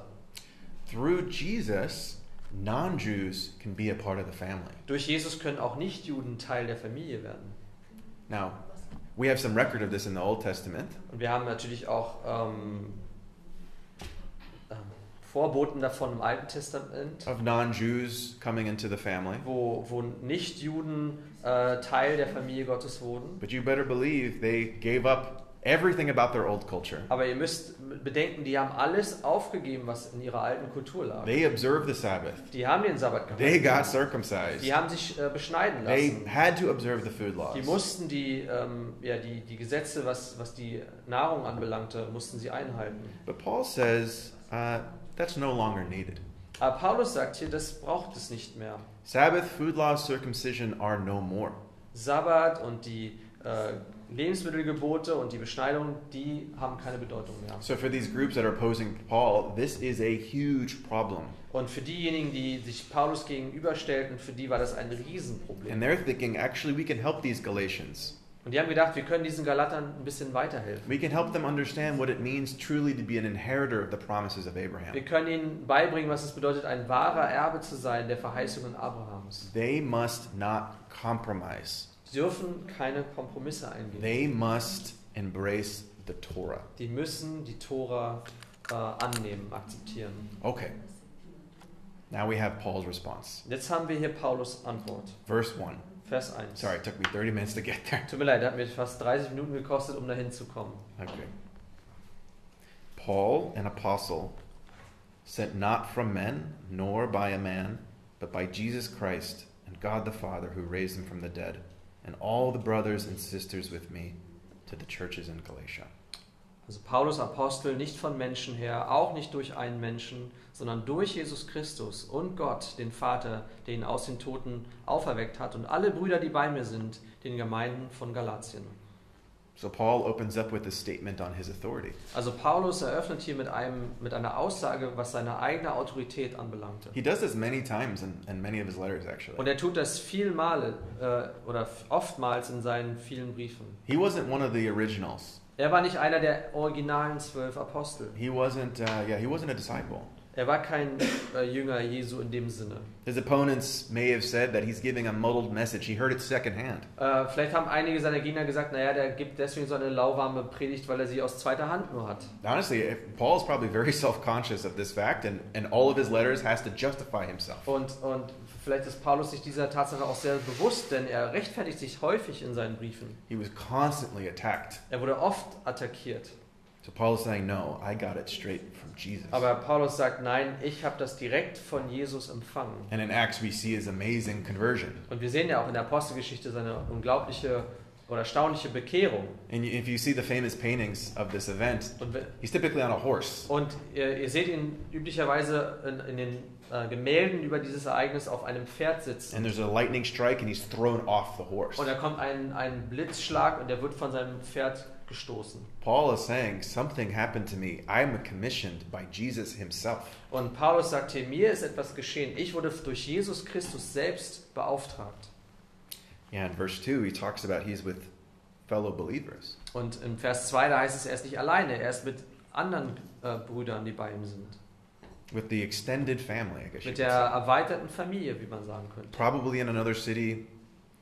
Speaker 3: Through Jesus, non Jews can be a part of the family.
Speaker 4: Durch Jesus können auch Nichtjuden Teil der Familie werden.
Speaker 3: Now, we have some record of this in the Old Testament.
Speaker 4: Und wir haben natürlich auch ähm, ähm, Vorboten davon im Alten Testament,
Speaker 3: Of non Jews coming into the family.
Speaker 4: wo, wo Nichtjuden äh, Teil der Familie Gottes wurden.
Speaker 3: But you better believe they gave up everything about their old culture.
Speaker 4: Aber ihr müsst bedenken, die haben alles aufgegeben, was in ihrer alten Kultur lag.
Speaker 3: They observed the Sabbath.
Speaker 4: Die haben den Sabbat
Speaker 3: They got
Speaker 4: gehalten.
Speaker 3: circumcised.
Speaker 4: Die haben sich äh, beschneiden
Speaker 3: They
Speaker 4: lassen.
Speaker 3: had to observe the food laws.
Speaker 4: Die mussten die, ähm, ja, die, die Gesetze, was, was die Nahrung anbelangte, mussten sie einhalten.
Speaker 3: But Paul says uh, that's no longer needed.
Speaker 4: Aber Paulus sagt hier, das braucht es nicht mehr.
Speaker 3: Sabbath, food laws, circumcision are no more.
Speaker 4: Sabbat und die äh, Lebensmittelgebote und die Beschneidung, die haben keine Bedeutung mehr.
Speaker 3: So, for these groups that are opposing Paul, this is a huge problem.
Speaker 4: Und für diejenigen, die sich Paulus gegenüberstellten, für die war das ein
Speaker 3: And
Speaker 4: Riesenproblem.
Speaker 3: they're thinking, actually, we can help these Galatians.
Speaker 4: Und die haben gedacht, wir können diesen Galatern ein bisschen weiterhelfen.
Speaker 3: We can help them understand what it means truly to be an inheritor of the promises of
Speaker 4: Wir
Speaker 3: Abraham.
Speaker 4: können ihnen beibringen, was es bedeutet, ein wahrer Erbe zu sein der Verheißungen Abrahams.
Speaker 3: They must not compromise,
Speaker 4: Sie dürfen keine Kompromisse eingehen.
Speaker 3: they must embrace the Torah.
Speaker 4: Die müssen die Tora äh, annehmen, akzeptieren.
Speaker 3: Okay. Now we have Paul's response.
Speaker 4: Jetzt haben wir hier Paulus Antwort.
Speaker 3: Verse 1.
Speaker 4: Vers 1.
Speaker 3: Sorry, it took me 30 minutes to get there. [LAUGHS]
Speaker 4: Tut mir leid, hat mir fast 30 Minuten gekostet, um dahin zu kommen.
Speaker 3: Okay. Paul, an apostle, sent not from men, nor by a man, but by Jesus Christ and God the Father who raised him from the dead, and all the brothers and sisters with me to the churches in Galatia.
Speaker 4: Also Paulus Apostel nicht von Menschen her, auch nicht durch einen Menschen, sondern durch Jesus Christus und Gott, den Vater, der ihn aus den Toten auferweckt hat und alle Brüder, die bei mir sind, den Gemeinden von Galatien.
Speaker 3: So Paul opens up with a statement on his authority.
Speaker 4: Also Paulus eröffnet hier mit, einem, mit einer Aussage, was seine eigene Autorität anbelangte.
Speaker 3: He does this many times in, in many of his letters,
Speaker 4: Und
Speaker 3: actually.
Speaker 4: er tut das viel Male äh, oder f- oftmals in seinen vielen Briefen.
Speaker 3: He wasn't one of the originals.
Speaker 4: Er war nicht einer der originalen zwölf Apostel.
Speaker 3: He wasn't, uh, yeah, he wasn't a disciple.
Speaker 4: Er war kein äh, Jünger Jesu in dem Sinne.
Speaker 3: His opponents may have said that he's giving a muddled message. He heard it secondhand.
Speaker 4: Äh, vielleicht haben einige seiner Gegner gesagt, naja, der gibt deswegen so eine lauwarme Predigt, weil er sie aus zweiter Hand nur hat.
Speaker 3: Honestly, if, Paul's probably very [LAUGHS] self-conscious of this fact, and, and all of his letters has to justify himself.
Speaker 4: Und, und vielleicht ist Paulus sich dieser Tatsache auch sehr bewusst, denn er rechtfertigt sich häufig in seinen Briefen.
Speaker 3: He was constantly attacked.
Speaker 4: Er wurde oft attackiert.
Speaker 3: So Paul is saying, "No, I got it straight from Jesus."
Speaker 4: Aber Paulus sagt, nein, ich habe das direkt von Jesus empfangen.
Speaker 3: and in Acts, we see his amazing conversion.
Speaker 4: Und wir sehen ja auch in der Apostelgeschichte seine unglaubliche oder erstaunliche Bekehrung.
Speaker 3: And you- if you see the famous paintings of this event,
Speaker 4: Und, we-
Speaker 3: he's typically on a horse.
Speaker 4: und ihr, ihr seht ihn üblicherweise in, in den äh, Gemälden über dieses Ereignis auf einem Pferd sitzt.
Speaker 3: And there's a lightning strike, and he's thrown off the horse.
Speaker 4: Und da kommt ein, ein Blitzschlag und der wird von seinem Pferd gestoßen.
Speaker 3: Paul is saying, Something happened to me. I'm commissioned by Jesus himself.
Speaker 4: Und Paulus sagte, mir ist etwas geschehen. Ich wurde durch Jesus Christus selbst beauftragt.
Speaker 3: Yeah, in verse 2, he talks about he's with fellow believers.
Speaker 4: Und in Vers 2, da heißt es, er ist nicht alleine, er ist mit anderen äh, Brüdern, die bei ihm sind.
Speaker 3: with the extended family, I guess. You
Speaker 4: Mit
Speaker 3: could
Speaker 4: der
Speaker 3: say.
Speaker 4: erweiterten Familie, wie man sagen könnte.
Speaker 3: Probably in another city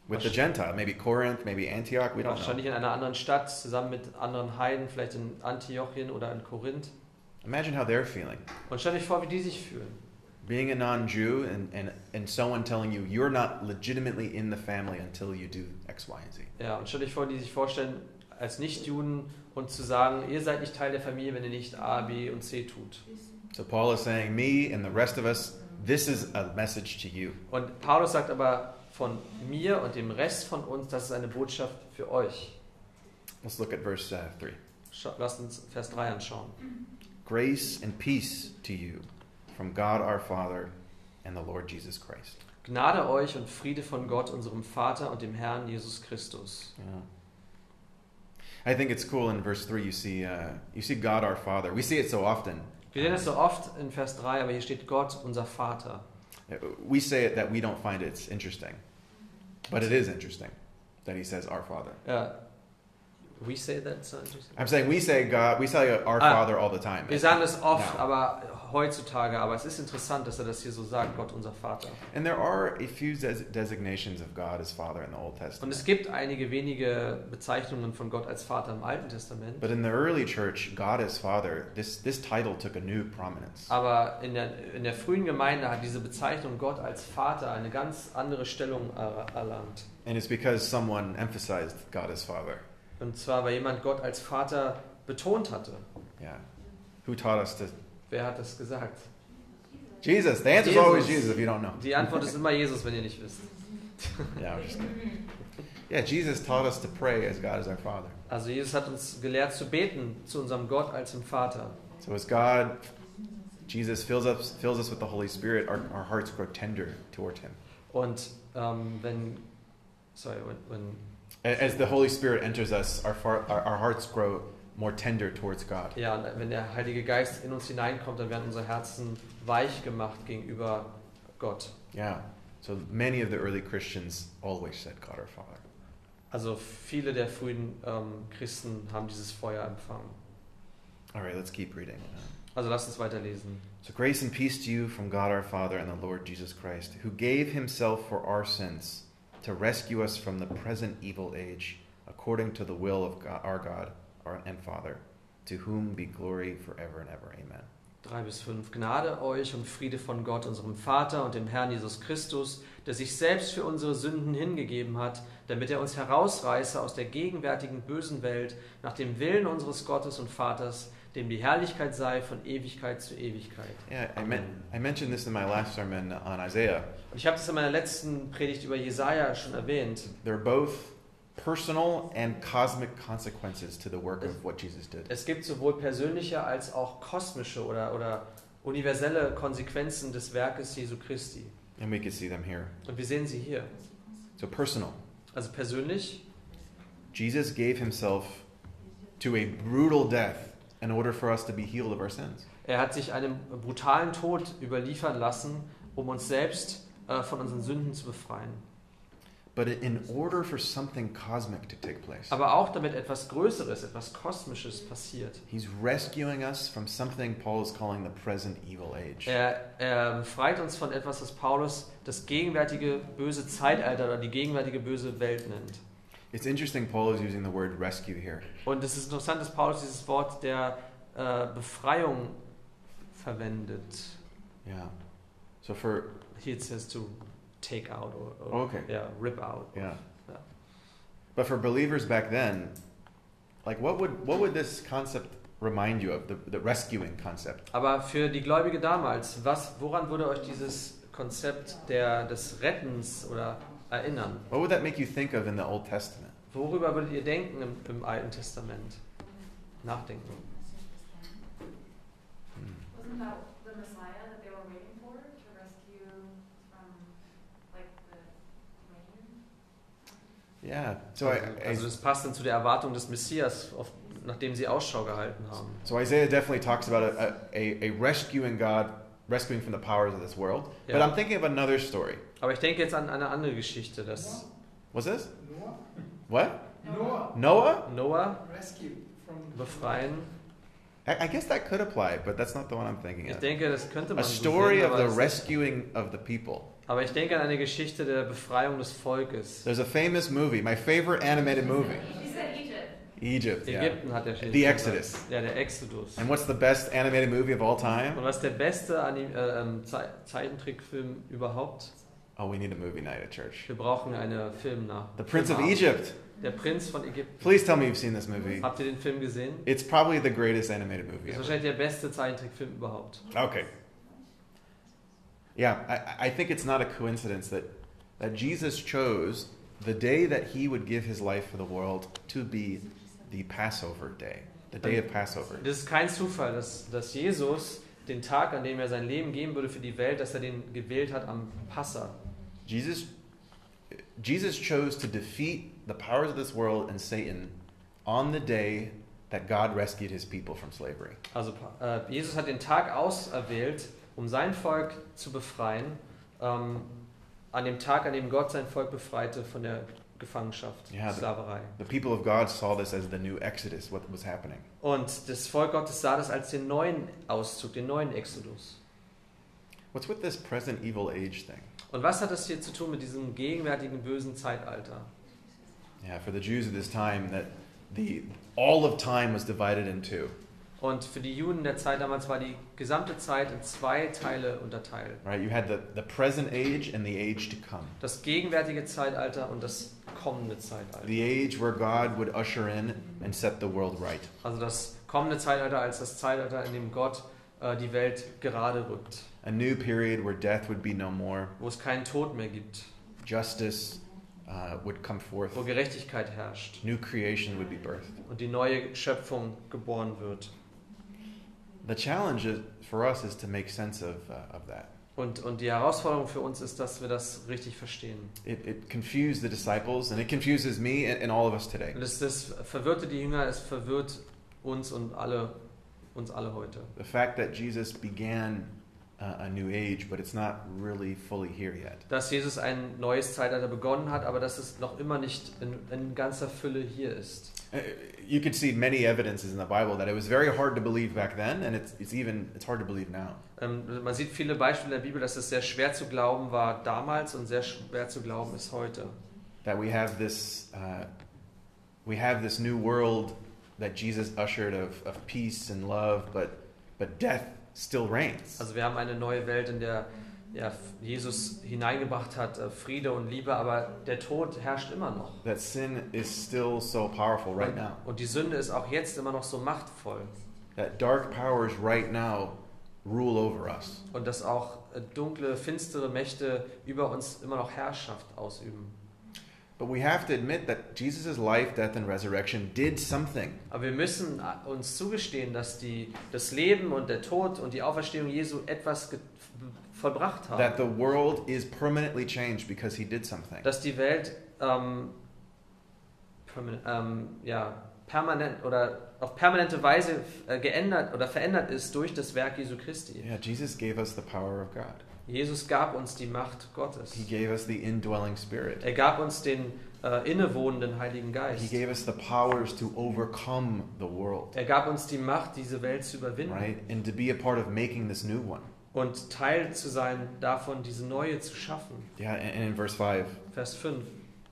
Speaker 3: with the
Speaker 4: Wahrscheinlich-
Speaker 3: Gentile, maybe Corinth, maybe Antioch. We don't know.
Speaker 4: Wahrscheinlich in einer anderen Stadt, zusammen mit anderen Heiden, vielleicht in Antiochien oder in Korinth.
Speaker 3: Imagine how they're feeling.
Speaker 4: Und stell dich vor, wie die sich fühlen.
Speaker 3: Being a non-Jew and, and, and someone telling you you're not legitimately in the family until you do X, Y, and Z.
Speaker 4: Ja, und stell dich vor, die sich vorstellen, als Nichtjuden und zu sagen, ihr seid nicht Teil der Familie, wenn ihr nicht A, B und C tut.
Speaker 3: So Paul is saying, me and the rest of us, this is a message to you.
Speaker 4: Und Paulus sagt aber von mir und dem Rest von uns, das ist eine Botschaft für euch.
Speaker 3: Let's look at verse uh, 3.
Speaker 4: Scha- Lasst uns Vers 3 anschauen.
Speaker 3: Grace and peace to you from God our Father and the Lord Jesus Christ.
Speaker 4: Gnade euch und Friede von Gott, unserem Vater und dem Herrn Jesus Christus.
Speaker 3: Yeah. I think it's cool in verse three. You see, uh, you see God our Father. We see it so often.
Speaker 4: Wir sehen das so oft in Vers 3, aber hier steht Gott, unser Vater.
Speaker 3: We say it that we don't find it's interesting, but it is interesting that He says our Father.
Speaker 4: Äh, we say that, so interesting.
Speaker 3: I'm saying we say God. We say our
Speaker 4: Ah.
Speaker 3: Father all the time.
Speaker 4: Wir sagen das oft,
Speaker 3: Ja.
Speaker 4: aber heutzutage, aber es ist interessant, dass er das hier so sagt, Gott, unser Vater.
Speaker 3: And there are a few des- designations of God as Father in the Old
Speaker 4: Und es
Speaker 3: Testament.
Speaker 4: gibt einige wenige Bezeichnungen von Gott als Vater im Alten Testament.
Speaker 3: But in the early church, God as Father, this this title took a new prominence.
Speaker 4: Aber in der, in der frühen Gemeinde hat diese Bezeichnung Gott als Vater eine ganz andere Stellung er, erlangt.
Speaker 3: And it's because someone emphasized God as Father.
Speaker 4: Und zwar, weil jemand Gott als Vater betont hatte.
Speaker 3: Yeah. Who taught us to
Speaker 4: Wer hat das gesagt?
Speaker 3: Jesus. The answer is
Speaker 4: Jesus.
Speaker 3: always Jesus if you don't know.
Speaker 4: Die Antwort ist immer Jesus, wenn ihr nicht wisst.
Speaker 3: Yeah, I was just kidding. Yeah, Jesus taught us to pray as God is our Father.
Speaker 4: Also Jesus hat uns gelehrt zu beten zu unserem Gott als dem Vater.
Speaker 3: So as God, Jesus fills us fills us with the Holy Spirit. Our, our hearts grow tender toward Him.
Speaker 4: Und ähm, wenn, sorry, when, when,
Speaker 3: A- As the Holy Spirit enters us, our far, our, our hearts grow more tender towards God.
Speaker 4: ja, und wenn der Heilige Geist in uns hineinkommt, dann werden unsere Herzen weich gemacht gegenüber Gott.
Speaker 3: Yeah. So many of the early Christians always said God our Father.
Speaker 4: Also viele der frühen ähm, Christen haben dieses Feuer empfangen.
Speaker 3: All right, let's keep reading.
Speaker 4: Also lasst uns weiterlesen.
Speaker 3: So grace and peace to you from God our Father and the Lord Jesus Christ, who gave himself for our sins to rescue us from the present evil age, according to the will of God, our God our, and Father, to whom be glory forever and ever. Amen.
Speaker 4: 3 bis 5. Gnade euch und Friede von Gott, unserem Vater und dem Herrn Jesus Christus, der sich selbst für unsere Sünden hingegeben hat, damit er uns herausreiße aus der gegenwärtigen bösen Welt, nach dem Willen unseres Gottes und Vaters, dem die Herrlichkeit sei von Ewigkeit zu Ewigkeit.
Speaker 3: Yeah, I, men- I mentioned this in my last sermon on Isaiah.
Speaker 4: Und ich habe das in meiner letzten Predigt über Jesaja schon erwähnt.
Speaker 3: They're both personal and cosmic consequences to the work of what Jesus did.
Speaker 4: Es gibt sowohl persönliche als auch kosmische oder, oder universelle Konsequenzen des Werkes Jesu Christi.
Speaker 3: And we can see them here.
Speaker 4: Und wir sehen sie hier.
Speaker 3: So, personal.
Speaker 4: Also persönlich
Speaker 3: Jesus gave himself to a brutal death in order for us to be healed of our sins.
Speaker 4: Er hat sich einem brutalen Tod überliefern lassen, um uns selbst äh, von unseren Sünden zu befreien.
Speaker 3: But in order for something cosmic to take place,
Speaker 4: Aber auch damit etwas Größeres, etwas Kosmisches passiert.
Speaker 3: he's rescuing us from something Paul is calling the present evil age.
Speaker 4: Er, er befreit uns von etwas, das Paulus das gegenwärtige böse Zeitalter oder die gegenwärtige böse Welt nennt.
Speaker 3: It's interesting Paul is using the word rescue here.
Speaker 4: Und es ist interessant, dass Paulus dieses Wort der äh, Befreiung verwendet.
Speaker 3: Yeah. So for
Speaker 4: Here it says to take out or, or
Speaker 3: okay,
Speaker 4: yeah, rip out.
Speaker 3: yeah. But for believers back then, like what would what would this concept remind you of? The, the rescuing concept.
Speaker 4: Aber für die Gläubige damals, was, woran würde euch dieses Konzept der, des Rettens oder erinnern?
Speaker 3: What would that make you think of in the Old Testament?
Speaker 4: Worüber würdet ihr denken im, im Alten Testament? Nachdenken.
Speaker 3: Hmm.
Speaker 2: Wasn't that the Messiah that they were waiting for to
Speaker 3: Yeah. So I,
Speaker 4: Also,
Speaker 3: I
Speaker 4: also das passt dann zu der Erwartung des Messias, auf, nach dem sie Ausschau gehalten haben.
Speaker 3: So Isaiah definitely talks about a, a, a rescuing God, rescuing from the powers of this world. But
Speaker 4: Yeah.
Speaker 3: I'm thinking of another story.
Speaker 4: Aber ich denke jetzt an eine andere Geschichte, dass
Speaker 3: What's this?
Speaker 5: Noah,
Speaker 3: What?
Speaker 5: Noah,
Speaker 3: Noah?
Speaker 4: Noah
Speaker 5: rescue from
Speaker 4: befreien.
Speaker 3: I, I guess that could apply, but that's not the one I'm thinking
Speaker 4: Ich
Speaker 3: of.
Speaker 4: denke, das könnte
Speaker 3: A
Speaker 4: man so
Speaker 3: story
Speaker 4: sehen,
Speaker 3: of
Speaker 4: aber,
Speaker 3: the
Speaker 4: das-
Speaker 3: rescuing of the people.
Speaker 4: aber ich denke an eine Geschichte der Befreiung des Volkes.
Speaker 3: There's a famous movie, my favorite animated movie,
Speaker 2: She said Egypt.
Speaker 3: Egypt. Yeah.
Speaker 4: Ägypten hat der Schild
Speaker 3: The
Speaker 4: gesagt.
Speaker 3: Exodus.
Speaker 4: Ja, der Exodus.
Speaker 3: And what's the best animated movie of all
Speaker 4: Und
Speaker 3: time?
Speaker 4: was ist der beste Anim äh, ähm, Ze Zeichentrickfilm überhaupt?
Speaker 3: Oh, we need a movie night at church.
Speaker 4: Wir brauchen eine Filmnacht.
Speaker 3: The Prince of
Speaker 4: Filmabend.
Speaker 3: Egypt.
Speaker 4: Der Prinz von Ägypten.
Speaker 3: Please tell me you've seen this movie.
Speaker 4: Habt ihr den Film gesehen?
Speaker 3: It's probably the greatest animated movie
Speaker 4: Ist
Speaker 3: ever.
Speaker 4: wahrscheinlich der beste Zeichentrickfilm überhaupt.
Speaker 3: Okay. Yeah, I, I think it's not a coincidence that, that Jesus chose the day that he would give his life for the world to be the Passover day, the day of Passover.
Speaker 4: Das ist kein Zufall, dass, dass Jesus den Tag, an dem er sein Leben geben würde für die Welt, dass er den gewählt hat am Passa.
Speaker 3: Jesus, Jesus chose to defeat the powers of this world and Satan on the day that God rescued his people from slavery.
Speaker 4: Also äh, Jesus hat den Tag auserwählt, um sein Volk zu befreien, ähm, an dem Tag, an dem Gott sein Volk befreite von der Gefangenschaft,
Speaker 3: Ja, das-
Speaker 4: Sklaverei.
Speaker 3: The people of God saw this as the new Exodus, what was happening.
Speaker 4: Und das Volk Gottes sah das als den neuen Auszug, den neuen Exodus.
Speaker 3: What's with this present evil age thing?
Speaker 4: Und was hat das hier zu tun mit diesem gegenwärtigen bösen Zeitalter?
Speaker 3: Yeah, for the Jews at this time, that the all of time was divided in two.
Speaker 4: Und für die Juden der Zeit damals war die gesamte Zeit in zwei Teile unterteilt.
Speaker 3: Right? You had the, the present age and the age to come.
Speaker 4: Das gegenwärtige Zeitalter und das kommende Zeitalter.
Speaker 3: The age where God would usher in and set the world right.
Speaker 4: Also das kommende Zeitalter als das Zeitalter, in dem Gott äh, die Welt gerade rückt,
Speaker 3: A new period where death would be no more,
Speaker 4: wo es keinen Tod mehr gibt,
Speaker 3: justice uh, would come forth,
Speaker 4: wo Gerechtigkeit herrscht
Speaker 3: new creation would be birthed.
Speaker 4: und die neue Schöpfung geboren wird.
Speaker 3: The challenge is, for us is to make sense of, uh, of that.
Speaker 4: Und, und die Herausforderung für uns ist, dass wir das richtig verstehen.
Speaker 3: It, it confused the disciples and it confuses me and, and all of us today.
Speaker 4: Und das, das verwirrte die Jünger, es verwirrt uns und alle, uns alle heute.
Speaker 3: The fact that Jesus began uh, a new age, but it's not really fully here yet.
Speaker 4: Dass Jesus ein neues Zeitalter begonnen hat, aber dass es noch immer nicht in, in ganzer Fülle hier ist.
Speaker 3: Uh, You could see many evidences in the Bible that it was very hard to believe back then, and it's, it's even it's hard to believe now.
Speaker 4: Ähm, Man sieht viele Beispiele in der Bibel, dass es sehr schwer zu glauben war damals und sehr schwer zu glauben ist heute.
Speaker 3: That we have this uh, we have this new world that Jesus ushered of, of peace and love, but but death still reigns.
Speaker 4: Also wir haben eine neue Welt, in der ja, Jesus hineingebracht hat, äh, Friede und Liebe, aber der Tod herrscht immer noch.
Speaker 3: That sin is still so powerful right now.
Speaker 4: Und die Sünde ist auch jetzt immer noch so machtvoll.
Speaker 3: That dark powers right now rule over us.
Speaker 4: Und dass auch äh, dunkle, finstere Mächte über uns immer noch Herrschaft ausüben.
Speaker 3: But we have to admit that Jesus' life, death, and resurrection did something.
Speaker 4: Aber wir müssen äh, uns zugestehen, dass die, das Leben und der Tod und die Auferstehung Jesu etwas ge- vollbracht haben.
Speaker 3: That the world is permanently changed because he did something.
Speaker 4: dass die Welt ähm, permanent, ähm, ja, permanent oder auf permanente Weise äh, geändert oder verändert ist durch das Werk Jesu Christi.
Speaker 3: Yeah, Jesus gave us the power of God.
Speaker 4: Jesus gab uns die Macht Gottes.
Speaker 3: He gave us the indwelling spirit.
Speaker 4: Er gab uns den äh, innewohnenden Heiligen
Speaker 3: He
Speaker 4: Geist.
Speaker 3: gave us the powers to overcome the world,
Speaker 4: Er gab uns die Macht, diese Welt zu überwinden
Speaker 3: right? And to be a part of making this new one.
Speaker 4: und Teil zu sein davon, diese neue zu schaffen.
Speaker 3: Yeah, and and in verse 5,
Speaker 4: Vers 5.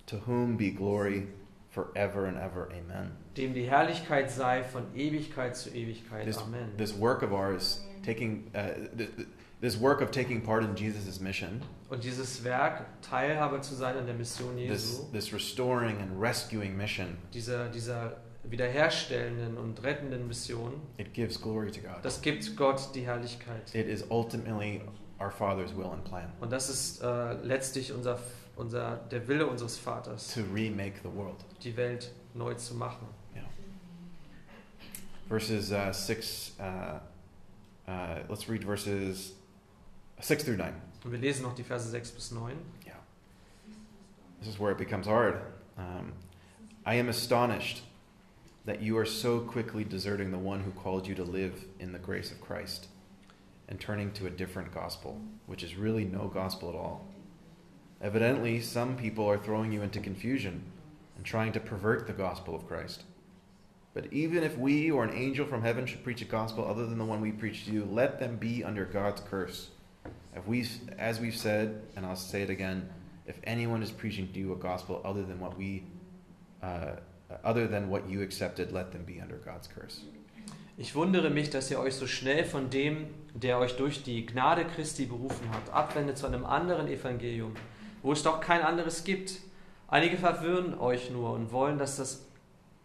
Speaker 3: to whom be glory forever and ever. Amen.
Speaker 4: Dem die Herrlichkeit sei von Ewigkeit zu Ewigkeit.
Speaker 3: This,
Speaker 4: Amen.
Speaker 3: this work of ours, taking uh, th- th- this work of taking part in Jesus' mission,
Speaker 4: Und dieses Werk, Teilhaber zu sein an der Mission Jesu.
Speaker 3: this, this restoring and rescuing mission,
Speaker 4: dieser, dieser wiederherstellenden und rettenden Mission,
Speaker 3: it gives glory to God.
Speaker 4: das gibt Gott die Herrlichkeit.
Speaker 3: It is ultimately our Father's will and plan
Speaker 4: Und das ist äh, letztlich unser, unser, der Wille unseres Vaters,
Speaker 3: to remake the world.
Speaker 4: die Welt neu zu machen.
Speaker 3: Verses uh, 6, uh, uh, let's read verses 6 through 9.
Speaker 4: Und wir lesen noch die Verse 6 bis 9.
Speaker 3: This is where it becomes hard. Um, I am astonished that you are so quickly deserting the one who called you to live in the grace of Christ and turning to a different gospel, which is really no gospel at all. Evidently, some people are throwing you into confusion and trying to pervert the gospel of Christ. But even if we or an angel from heaven should preach a gospel other than the one we preach to you, let them be under God's curse. If we, as we've said, and I'll say it again, if anyone is preaching to you a gospel other than what we, uh, other than what you accepted, let them be under God's curse.
Speaker 4: Ich wundere mich, dass ihr euch so schnell von dem, der euch durch die Gnade Christi berufen hat, abwendet zu einem anderen Evangelium, wo es doch kein anderes gibt. Einige verwirren euch nur und wollen, dass das,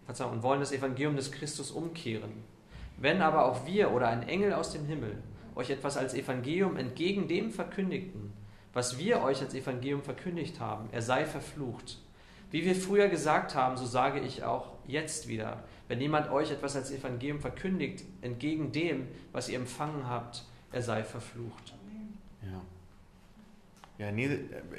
Speaker 4: Verzeihung, und wollen das Evangelium des Christus umkehren. Wenn aber auch wir oder ein Engel aus dem Himmel euch etwas als Evangelium entgegen dem verkündigten, was wir euch als Evangelium verkündigt haben, er sei verflucht. Wie wir früher gesagt haben, so sage ich auch jetzt wieder, wenn jemand euch etwas als Evangelium verkündigt, entgegen dem, was ihr empfangen habt, er sei verflucht.
Speaker 3: Yeah. Yeah, neither,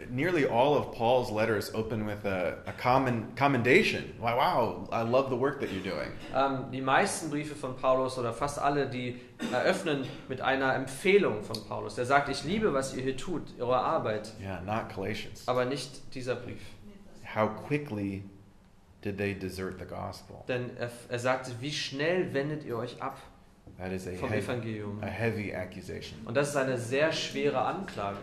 Speaker 3: nearly all of Paul's letters open with a, a common commendation. Wow, wow, I love the work that you're doing.
Speaker 4: Ähm, die meisten Briefe von Paulus oder fast alle, die eröffnen mit einer Empfehlung von Paulus. Er sagt, ich liebe, was ihr hier tut, eure Arbeit,
Speaker 3: Yeah, not Galatians.
Speaker 4: aber nicht dieser Brief.
Speaker 3: How quickly did they desert the gospel?
Speaker 4: Denn er, er sagte, wie schnell wendet ihr euch ab
Speaker 3: That is a
Speaker 4: vom
Speaker 3: heavy,
Speaker 4: Evangelium?
Speaker 3: a heavy accusation.
Speaker 4: Und das ist eine sehr schwere Anklage.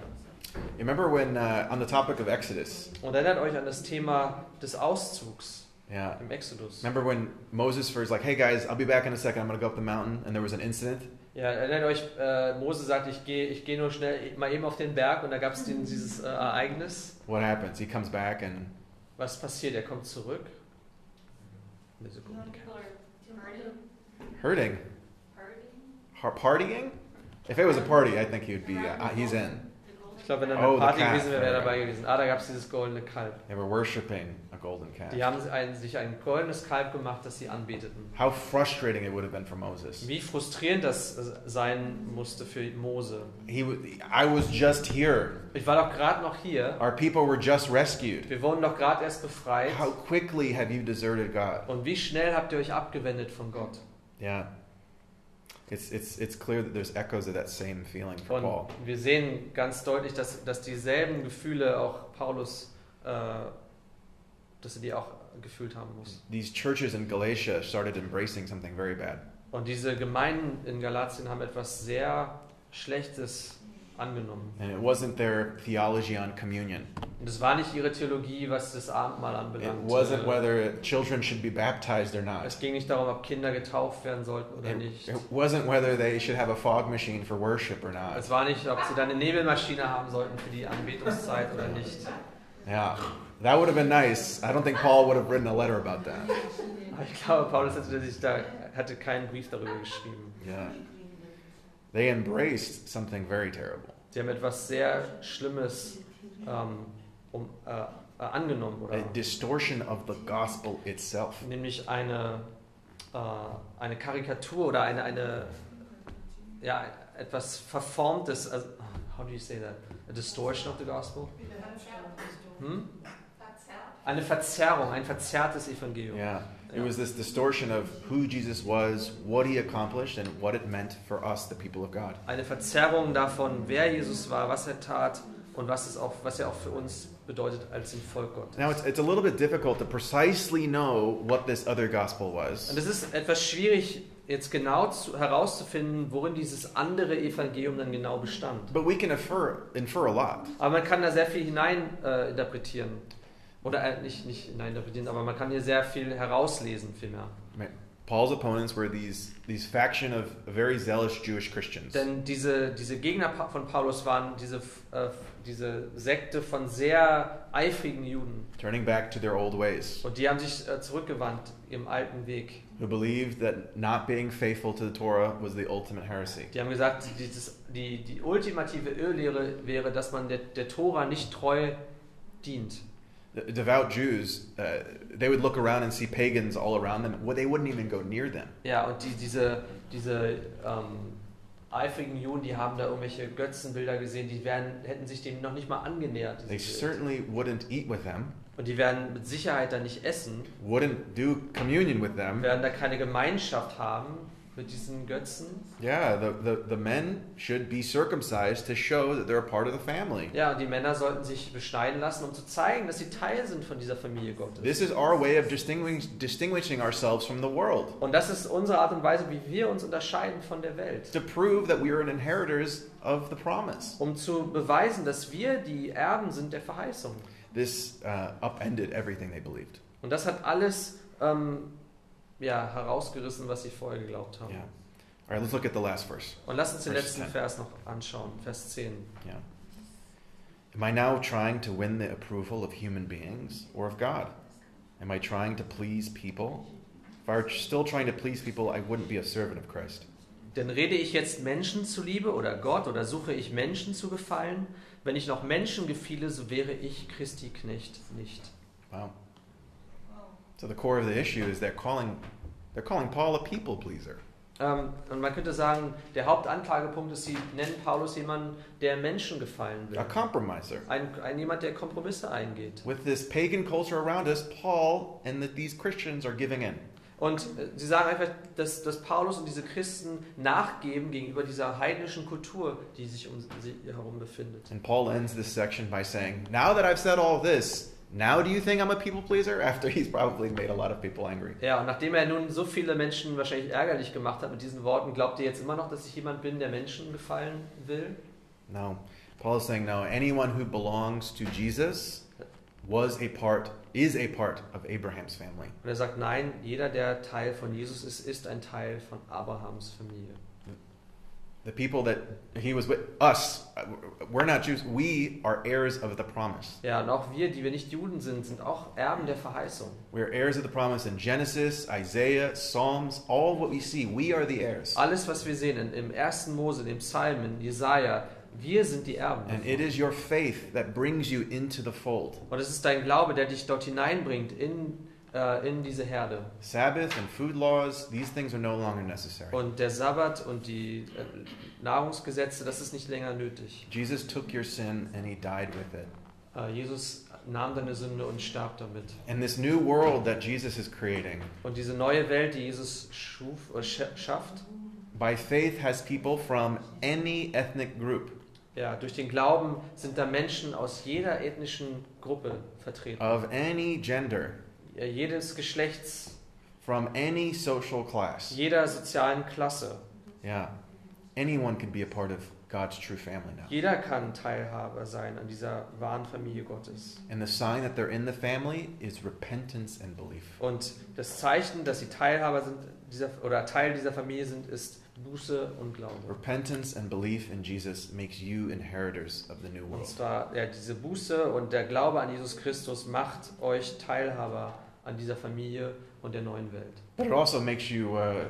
Speaker 3: You Remember when, uh, on the topic of Exodus,
Speaker 4: Und erinnert euch an das Thema des Auszugs
Speaker 3: yeah.
Speaker 4: im Exodus.
Speaker 3: Remember when Moses first, like, hey guys, I'll be back in a second, I'm gonna go up the mountain, and there was an incident?
Speaker 4: Ja, erinnert euch, äh, Mose sagt, ich gehe ich geh nur schnell e-, mal eben auf den Berg und da gab es dieses äh, Ereignis.
Speaker 3: What happens? He comes back, and
Speaker 4: Was passiert? Er kommt zurück. Eine Sekunde.
Speaker 3: hurting, Har- partying? If it was a party, I think he would be, uh, he's in.
Speaker 4: Ich glaube, wenn er
Speaker 3: Oh,
Speaker 4: eine
Speaker 3: the
Speaker 4: Party
Speaker 3: calf,
Speaker 4: gewesen wäre, wäre er
Speaker 3: ja.
Speaker 4: dabei gewesen. Ah, da gab es dieses goldene Kalb.
Speaker 3: They were worshiping a golden calf.
Speaker 4: Die haben ein, sich ein goldenes Kalb gemacht, das sie anbeteten.
Speaker 3: How frustrating it would have been for Moses.
Speaker 4: Wie frustrierend das äh, sein musste für Mose.
Speaker 3: He, w- I was just here.
Speaker 4: Ich war doch gerade noch hier.
Speaker 3: Our people were just rescued.
Speaker 4: Wir wurden doch gerade erst befreit.
Speaker 3: How quickly have you deserted God?
Speaker 4: Und wie schnell habt ihr euch abgewendet von Gott?
Speaker 3: Yeah. It's it's it's clear that there's echoes of that same feeling for
Speaker 4: Und
Speaker 3: Paul.
Speaker 4: wir sehen ganz deutlich, dass, dass dieselben Gefühle auch Paulus, äh, dass er die auch gefühlt haben muss.
Speaker 3: These churches in Galatia started embracing something very bad.
Speaker 4: Und diese Gemeinden in Galatien haben etwas sehr Schlechtes angenommen.
Speaker 3: And it wasn't their theology on communion.
Speaker 4: Und es war nicht ihre Theologie, was das Abendmahl
Speaker 3: It
Speaker 4: anbelangt.
Speaker 3: wasn't
Speaker 4: Äh,
Speaker 3: whether children should be baptized or not.
Speaker 4: es ging nicht darum, ob Kinder getauft werden sollten oder
Speaker 3: It,
Speaker 4: nicht.
Speaker 3: it wasn't whether they should have a fog machine for worship or not.
Speaker 4: Es war nicht, ob sie dann eine Nebelmaschine haben sollten für die Anbetungszeit oder nicht.
Speaker 3: Yeah. That would have been nice. I don't think Paul would have written a letter about that.
Speaker 4: Aber ich glaube, Paulus hatte, sich da, hatte keinen Brief darüber geschrieben.
Speaker 3: Yeah. They embraced something very terrible.
Speaker 4: Sie haben etwas sehr Schlimmes ähm, um, äh, äh, angenommen, oder?
Speaker 3: A distortion of the gospel itself.
Speaker 4: Nämlich eine, äh, eine Karikatur oder eine, eine ja, etwas verformtes, also, how do you say that? A distortion of the gospel? Hm? Eine Verzerrung, ein verzerrtes Evangelium.
Speaker 3: Yeah. It was this distortion of who Jesus was, what he accomplished, and what it meant for us, the people of God.
Speaker 4: Eine Verzerrung davon, wer Jesus war, was er tat und was, es auch, was er auch für uns bedeutet als dem Volk Gottes.
Speaker 3: Now, it's, it's a little bit difficult to precisely know what this other gospel
Speaker 4: Und
Speaker 3: was.
Speaker 4: es ist etwas schwierig, jetzt genau zu, herauszufinden, worin dieses andere Evangelium dann genau bestand.
Speaker 3: But we can infer, infer a lot.
Speaker 4: Aber man kann da sehr viel hinein äh, interpretieren. Oder äh, nicht, nicht hineininterpretieren, aber man kann hier sehr viel herauslesen, vielmehr.
Speaker 3: Paul's opponents were these, these faction of very zealous Jewish Christians.
Speaker 4: Denn diese, diese Gegner pa- von Paulus waren diese, äh, diese Sekte von sehr eifrigen Juden.
Speaker 3: turning back to their old ways,
Speaker 4: Und die haben sich äh, zurückgewandt im alten Weg.
Speaker 3: who believed that not being faithful to the Torah was the ultimate heresy.
Speaker 4: Die haben gesagt, dieses, die, die ultimative Irrlehre wäre, dass man der, der Tora nicht treu dient.
Speaker 3: The devout Jews, uh, they would look around and see pagans all around them. Well, they wouldn't even go near them.
Speaker 4: Ja, und die, diese, diese ähm, eifrigen Juden, die haben da irgendwelche Götzenbilder gesehen, die wären, hätten sich dem noch nicht mal angenähert.
Speaker 3: They
Speaker 4: diesem Bild.
Speaker 3: certainly wouldn't eat with them.
Speaker 4: Und die werden mit Sicherheit dann nicht essen,
Speaker 3: wouldn't do communion with them.
Speaker 4: werden da keine Gemeinschaft haben mit diesen Götzen.
Speaker 3: Yeah, the, the, the men should be circumcised to show that they're a part of the family.
Speaker 4: Ja, und die Männer sollten sich beschneiden lassen, um zu zeigen, dass sie Teil sind von dieser Familie Gottes.
Speaker 3: This is our way of distinguish, distinguishing ourselves from the world
Speaker 4: Und das ist unsere Art und Weise, wie wir uns unterscheiden von der Welt.
Speaker 3: to prove that we are an inheritors of the promise.
Speaker 4: Um zu beweisen, dass wir die Erben sind der Verheißung.
Speaker 3: This uh, upended everything they believed.
Speaker 4: Und das hat alles ähm, ja, herausgerissen, was sie vorher geglaubt haben.
Speaker 3: Yeah. All right, let's look at the last verse.
Speaker 4: Und lasst uns den
Speaker 3: Vers
Speaker 4: letzten
Speaker 3: 10.
Speaker 4: Vers noch anschauen, Vers 10.
Speaker 3: Yeah. Am I now trying to win the approval of human beings or of God? Am I trying to please people? If I were still trying to please people, I wouldn't be a servant of Christ.
Speaker 4: Denn rede ich jetzt Menschen zuliebe oder Gott oder suche ich Menschen zu gefallen? Wenn ich noch Menschen gefiele, so wäre ich Christi Knecht nicht.
Speaker 3: Wow. So the core of the issue is they're calling, they're calling Paul a people pleaser.
Speaker 4: Ähm, und man könnte sagen, der Hauptanklagepunkt ist, sie nennen Paulus jemanden, der Menschen gefallen will.
Speaker 3: a compromiser.
Speaker 4: Ein, ein jemand, der Kompromisse eingeht.
Speaker 3: With this pagan culture around us, Paul and that these Christians are giving in.
Speaker 4: Und äh, sie sagen einfach, dass, dass Paulus und diese Christen nachgeben gegenüber dieser heidnischen Kultur, die sich um sie herum befindet.
Speaker 3: And Paul ends this section by saying, Now that I've said all this, now do you think I'm a people pleaser? [LAUGHS] After he's probably made a lot of people angry.
Speaker 4: Ja, und nachdem er nun so viele Menschen wahrscheinlich ärgerlich gemacht hat mit diesen Worten, glaubt ihr jetzt immer noch, dass ich jemand bin, der Menschen gefallen will?
Speaker 3: No. Paul is saying, No, anyone who belongs to Jesus was a part, is a part of Abraham's family.
Speaker 4: Und er sagt, nein, jeder, der Teil von Jesus ist, ist ein Teil von Abrahams Familie.
Speaker 3: The people that he was with, us, we're not Jews, we are heirs of the promise.
Speaker 4: Ja, und auch wir, die wir nicht Juden sind, sind auch Erben der Verheißung.
Speaker 3: We're heirs of the promise in Genesis, Isaiah, Psalms, all what we see, we are the heirs.
Speaker 4: Alles, was wir sehen in, im ersten Mose, in dem Psalmen, Jesaja, wir sind die Erben.
Speaker 3: And it
Speaker 4: davon.
Speaker 3: is your faith that brings you into the fold.
Speaker 4: Und es ist dein Glaube, der dich dort hineinbringt in, äh, in diese Herde.
Speaker 3: Sabbath and food laws, these things are no longer necessary.
Speaker 4: Und der Sabbat und die äh, Nahrungsgesetze, das ist nicht länger nötig.
Speaker 3: Jesus took your sin and he died with it.
Speaker 4: Äh, Jesus nahm deine Sünde und starb damit.
Speaker 3: And this new world that Jesus is creating,
Speaker 4: Und diese neue Welt, die Jesus schuf, oder sch schafft,
Speaker 3: by faith has people from any ethnic group
Speaker 4: ja, durch den Glauben sind da Menschen aus jeder ethnischen Gruppe vertreten.
Speaker 3: of any gender,
Speaker 4: Ja, jedes Geschlechts,
Speaker 3: from any social class.
Speaker 4: jeder sozialen Klasse.
Speaker 3: Yeah. Anyone can be a part of God's true family now.
Speaker 4: Jeder kann Teilhaber sein an dieser wahren Familie Gottes.
Speaker 3: And the sign that they're in the family is repentance and belief.
Speaker 4: Und das Zeichen, dass sie Teilhaber sind dieser, oder Teil dieser Familie sind, ist Buße und Glaube.
Speaker 3: Repentance and belief in Jesus makes you inheritors of the new
Speaker 4: Und
Speaker 3: world.
Speaker 4: zwar ja, diese Buße und der Glaube an Jesus Christus macht euch Teilhaber an dieser Familie und der neuen Welt.
Speaker 3: But it also makes you uh,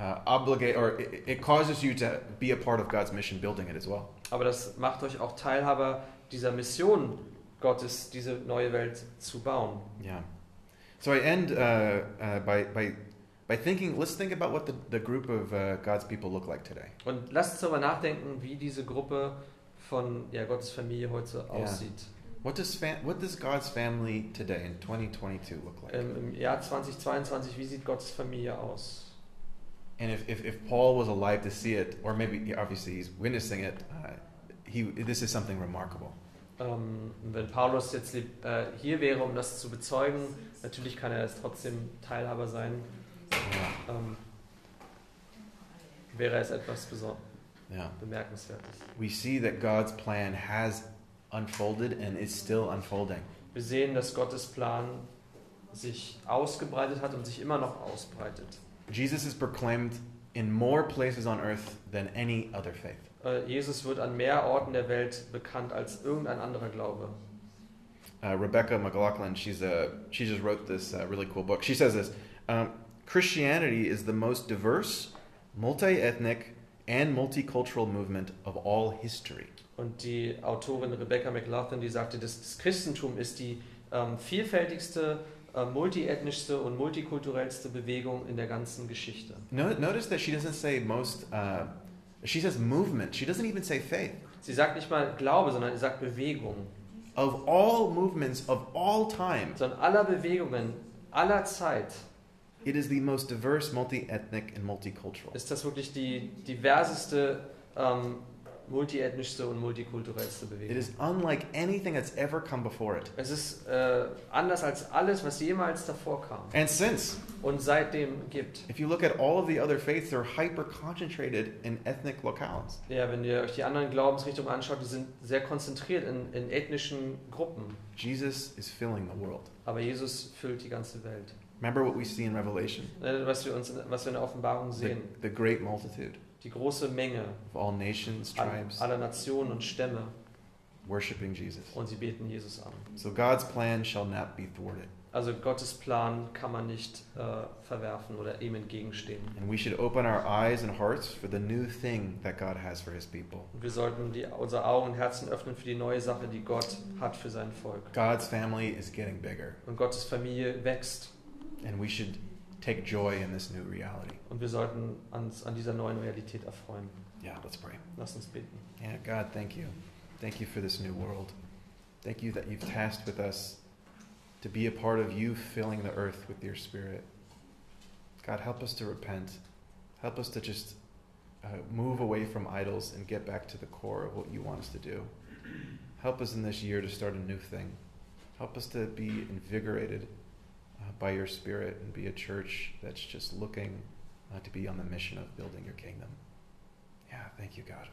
Speaker 3: uh, obligate, or it, it causes you to be a part of God's mission building it as well.
Speaker 4: Aber das macht euch auch Teilhaber dieser Mission Gottes, diese neue Welt zu bauen.
Speaker 3: Yeah. So I end uh, uh, by, by, by thinking, let's think about what the, the group of uh, God's people look like today.
Speaker 4: Und lasst uns darüber nachdenken, wie diese Gruppe von ja, Gottes Familie heute aussieht.
Speaker 3: What does, fam- what does God's family today in 2022 look like?
Speaker 4: Ähm, Im Jahr 2022, wie sieht Gottes Familie aus?
Speaker 3: and if, if, if Paul was alive to see it, or maybe yeah, obviously he's witnessing it, uh, he, this is something remarkable.
Speaker 4: Ähm, wenn Paulus jetzt leb- äh, hier wäre, um das zu bezeugen, natürlich kann er es trotzdem Teilhaber sein,
Speaker 3: Yeah.
Speaker 4: ähm, wäre es etwas beso-
Speaker 3: yeah.
Speaker 4: Bemerkenswertes.
Speaker 3: We see that God's plan has unfolded and is still unfolding.
Speaker 4: Wir sehen, dass Gottes Plan sich ausgebreitet hat und sich immer noch ausbreitet.
Speaker 3: Jesus is proclaimed in more places on earth than any other faith.
Speaker 4: Äh, Jesus wird an mehr Orten der Welt bekannt als irgendein anderer Glaube.
Speaker 3: Uh, Rebecca McLaughlin, she's a, she just wrote this uh, really cool book. She says this um, Christianity is the most diverse, multi ethnic, and multicultural movement of all history.
Speaker 4: Und die Autorin Rebecca McLaughlin, die sagte, das, das Christentum ist die ähm, vielfältigste, äh, multiethnischste und multikulturellste Bewegung in der ganzen Geschichte.
Speaker 3: No, notice that she doesn't say most, uh, she says movement. She doesn't even say faith.
Speaker 4: Sie sagt nicht mal Glaube, sondern sie sagt Bewegung.
Speaker 3: of all movements of all time.
Speaker 4: sondern aller Bewegungen, aller Zeit
Speaker 3: It is the most diverse, multi ethnic, and multicultural.
Speaker 4: ist das wirklich die diverseste, ähm, multiethnischste und multikulturellste
Speaker 3: It
Speaker 4: Bewegung.
Speaker 3: is unlike anything that's ever come before it.
Speaker 4: Es ist äh, anders als alles, was jemals davor kam
Speaker 3: And since,
Speaker 4: und seitdem gibt.
Speaker 3: if you look at all of the other faiths, they're hyper concentrated in ethnic locales.
Speaker 4: Ja, wenn ihr euch die anderen Glaubensrichtungen anschaut, die sind sehr konzentriert in, in ethnischen Gruppen.
Speaker 3: Jesus is filling the world.
Speaker 4: Aber Jesus füllt die ganze Welt.
Speaker 3: Remember what we see in Revelation
Speaker 4: Ne, Was wir, uns in, was wir in der Offenbarung
Speaker 3: the,
Speaker 4: sehen,
Speaker 3: the great multitude
Speaker 4: die große Menge
Speaker 3: of all nations,
Speaker 4: an-
Speaker 3: tribes,
Speaker 4: aller Nationen und Stämme
Speaker 3: worshiping Jesus.
Speaker 4: und sie beten Jesus an.
Speaker 3: So God's plan shall not be thwarted.
Speaker 4: Also Gottes Plan kann man nicht äh, verwerfen oder ihm entgegenstehen.
Speaker 3: And we should open our eyes and hearts for the new thing that God has for his people.
Speaker 4: Und wir sollten die, unsere Augen und Herzen öffnen für die neue Sache, die Gott hat für sein Volk.
Speaker 3: God's family is getting bigger,
Speaker 4: Und Gottes Familie wächst.
Speaker 3: and we should take joy in this new reality.
Speaker 4: Und wir sollten uns an dieser neuen Realität erfreuen.
Speaker 3: Yeah, let's pray.
Speaker 4: Lass uns beten.
Speaker 3: Yeah, God, thank you. Thank you for this new world. Thank you that you've tasked with us to be a part of you filling the earth with your spirit. God, help us to repent. Help us to just uh, move away from idols and get back to the core of what you want us to do. Help us in this year to start a new thing. Help us to be invigorated uh, by your spirit and be a church that's just looking uh, to be on the mission of building your kingdom. Yeah, thank you, God.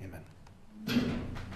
Speaker 3: Amen.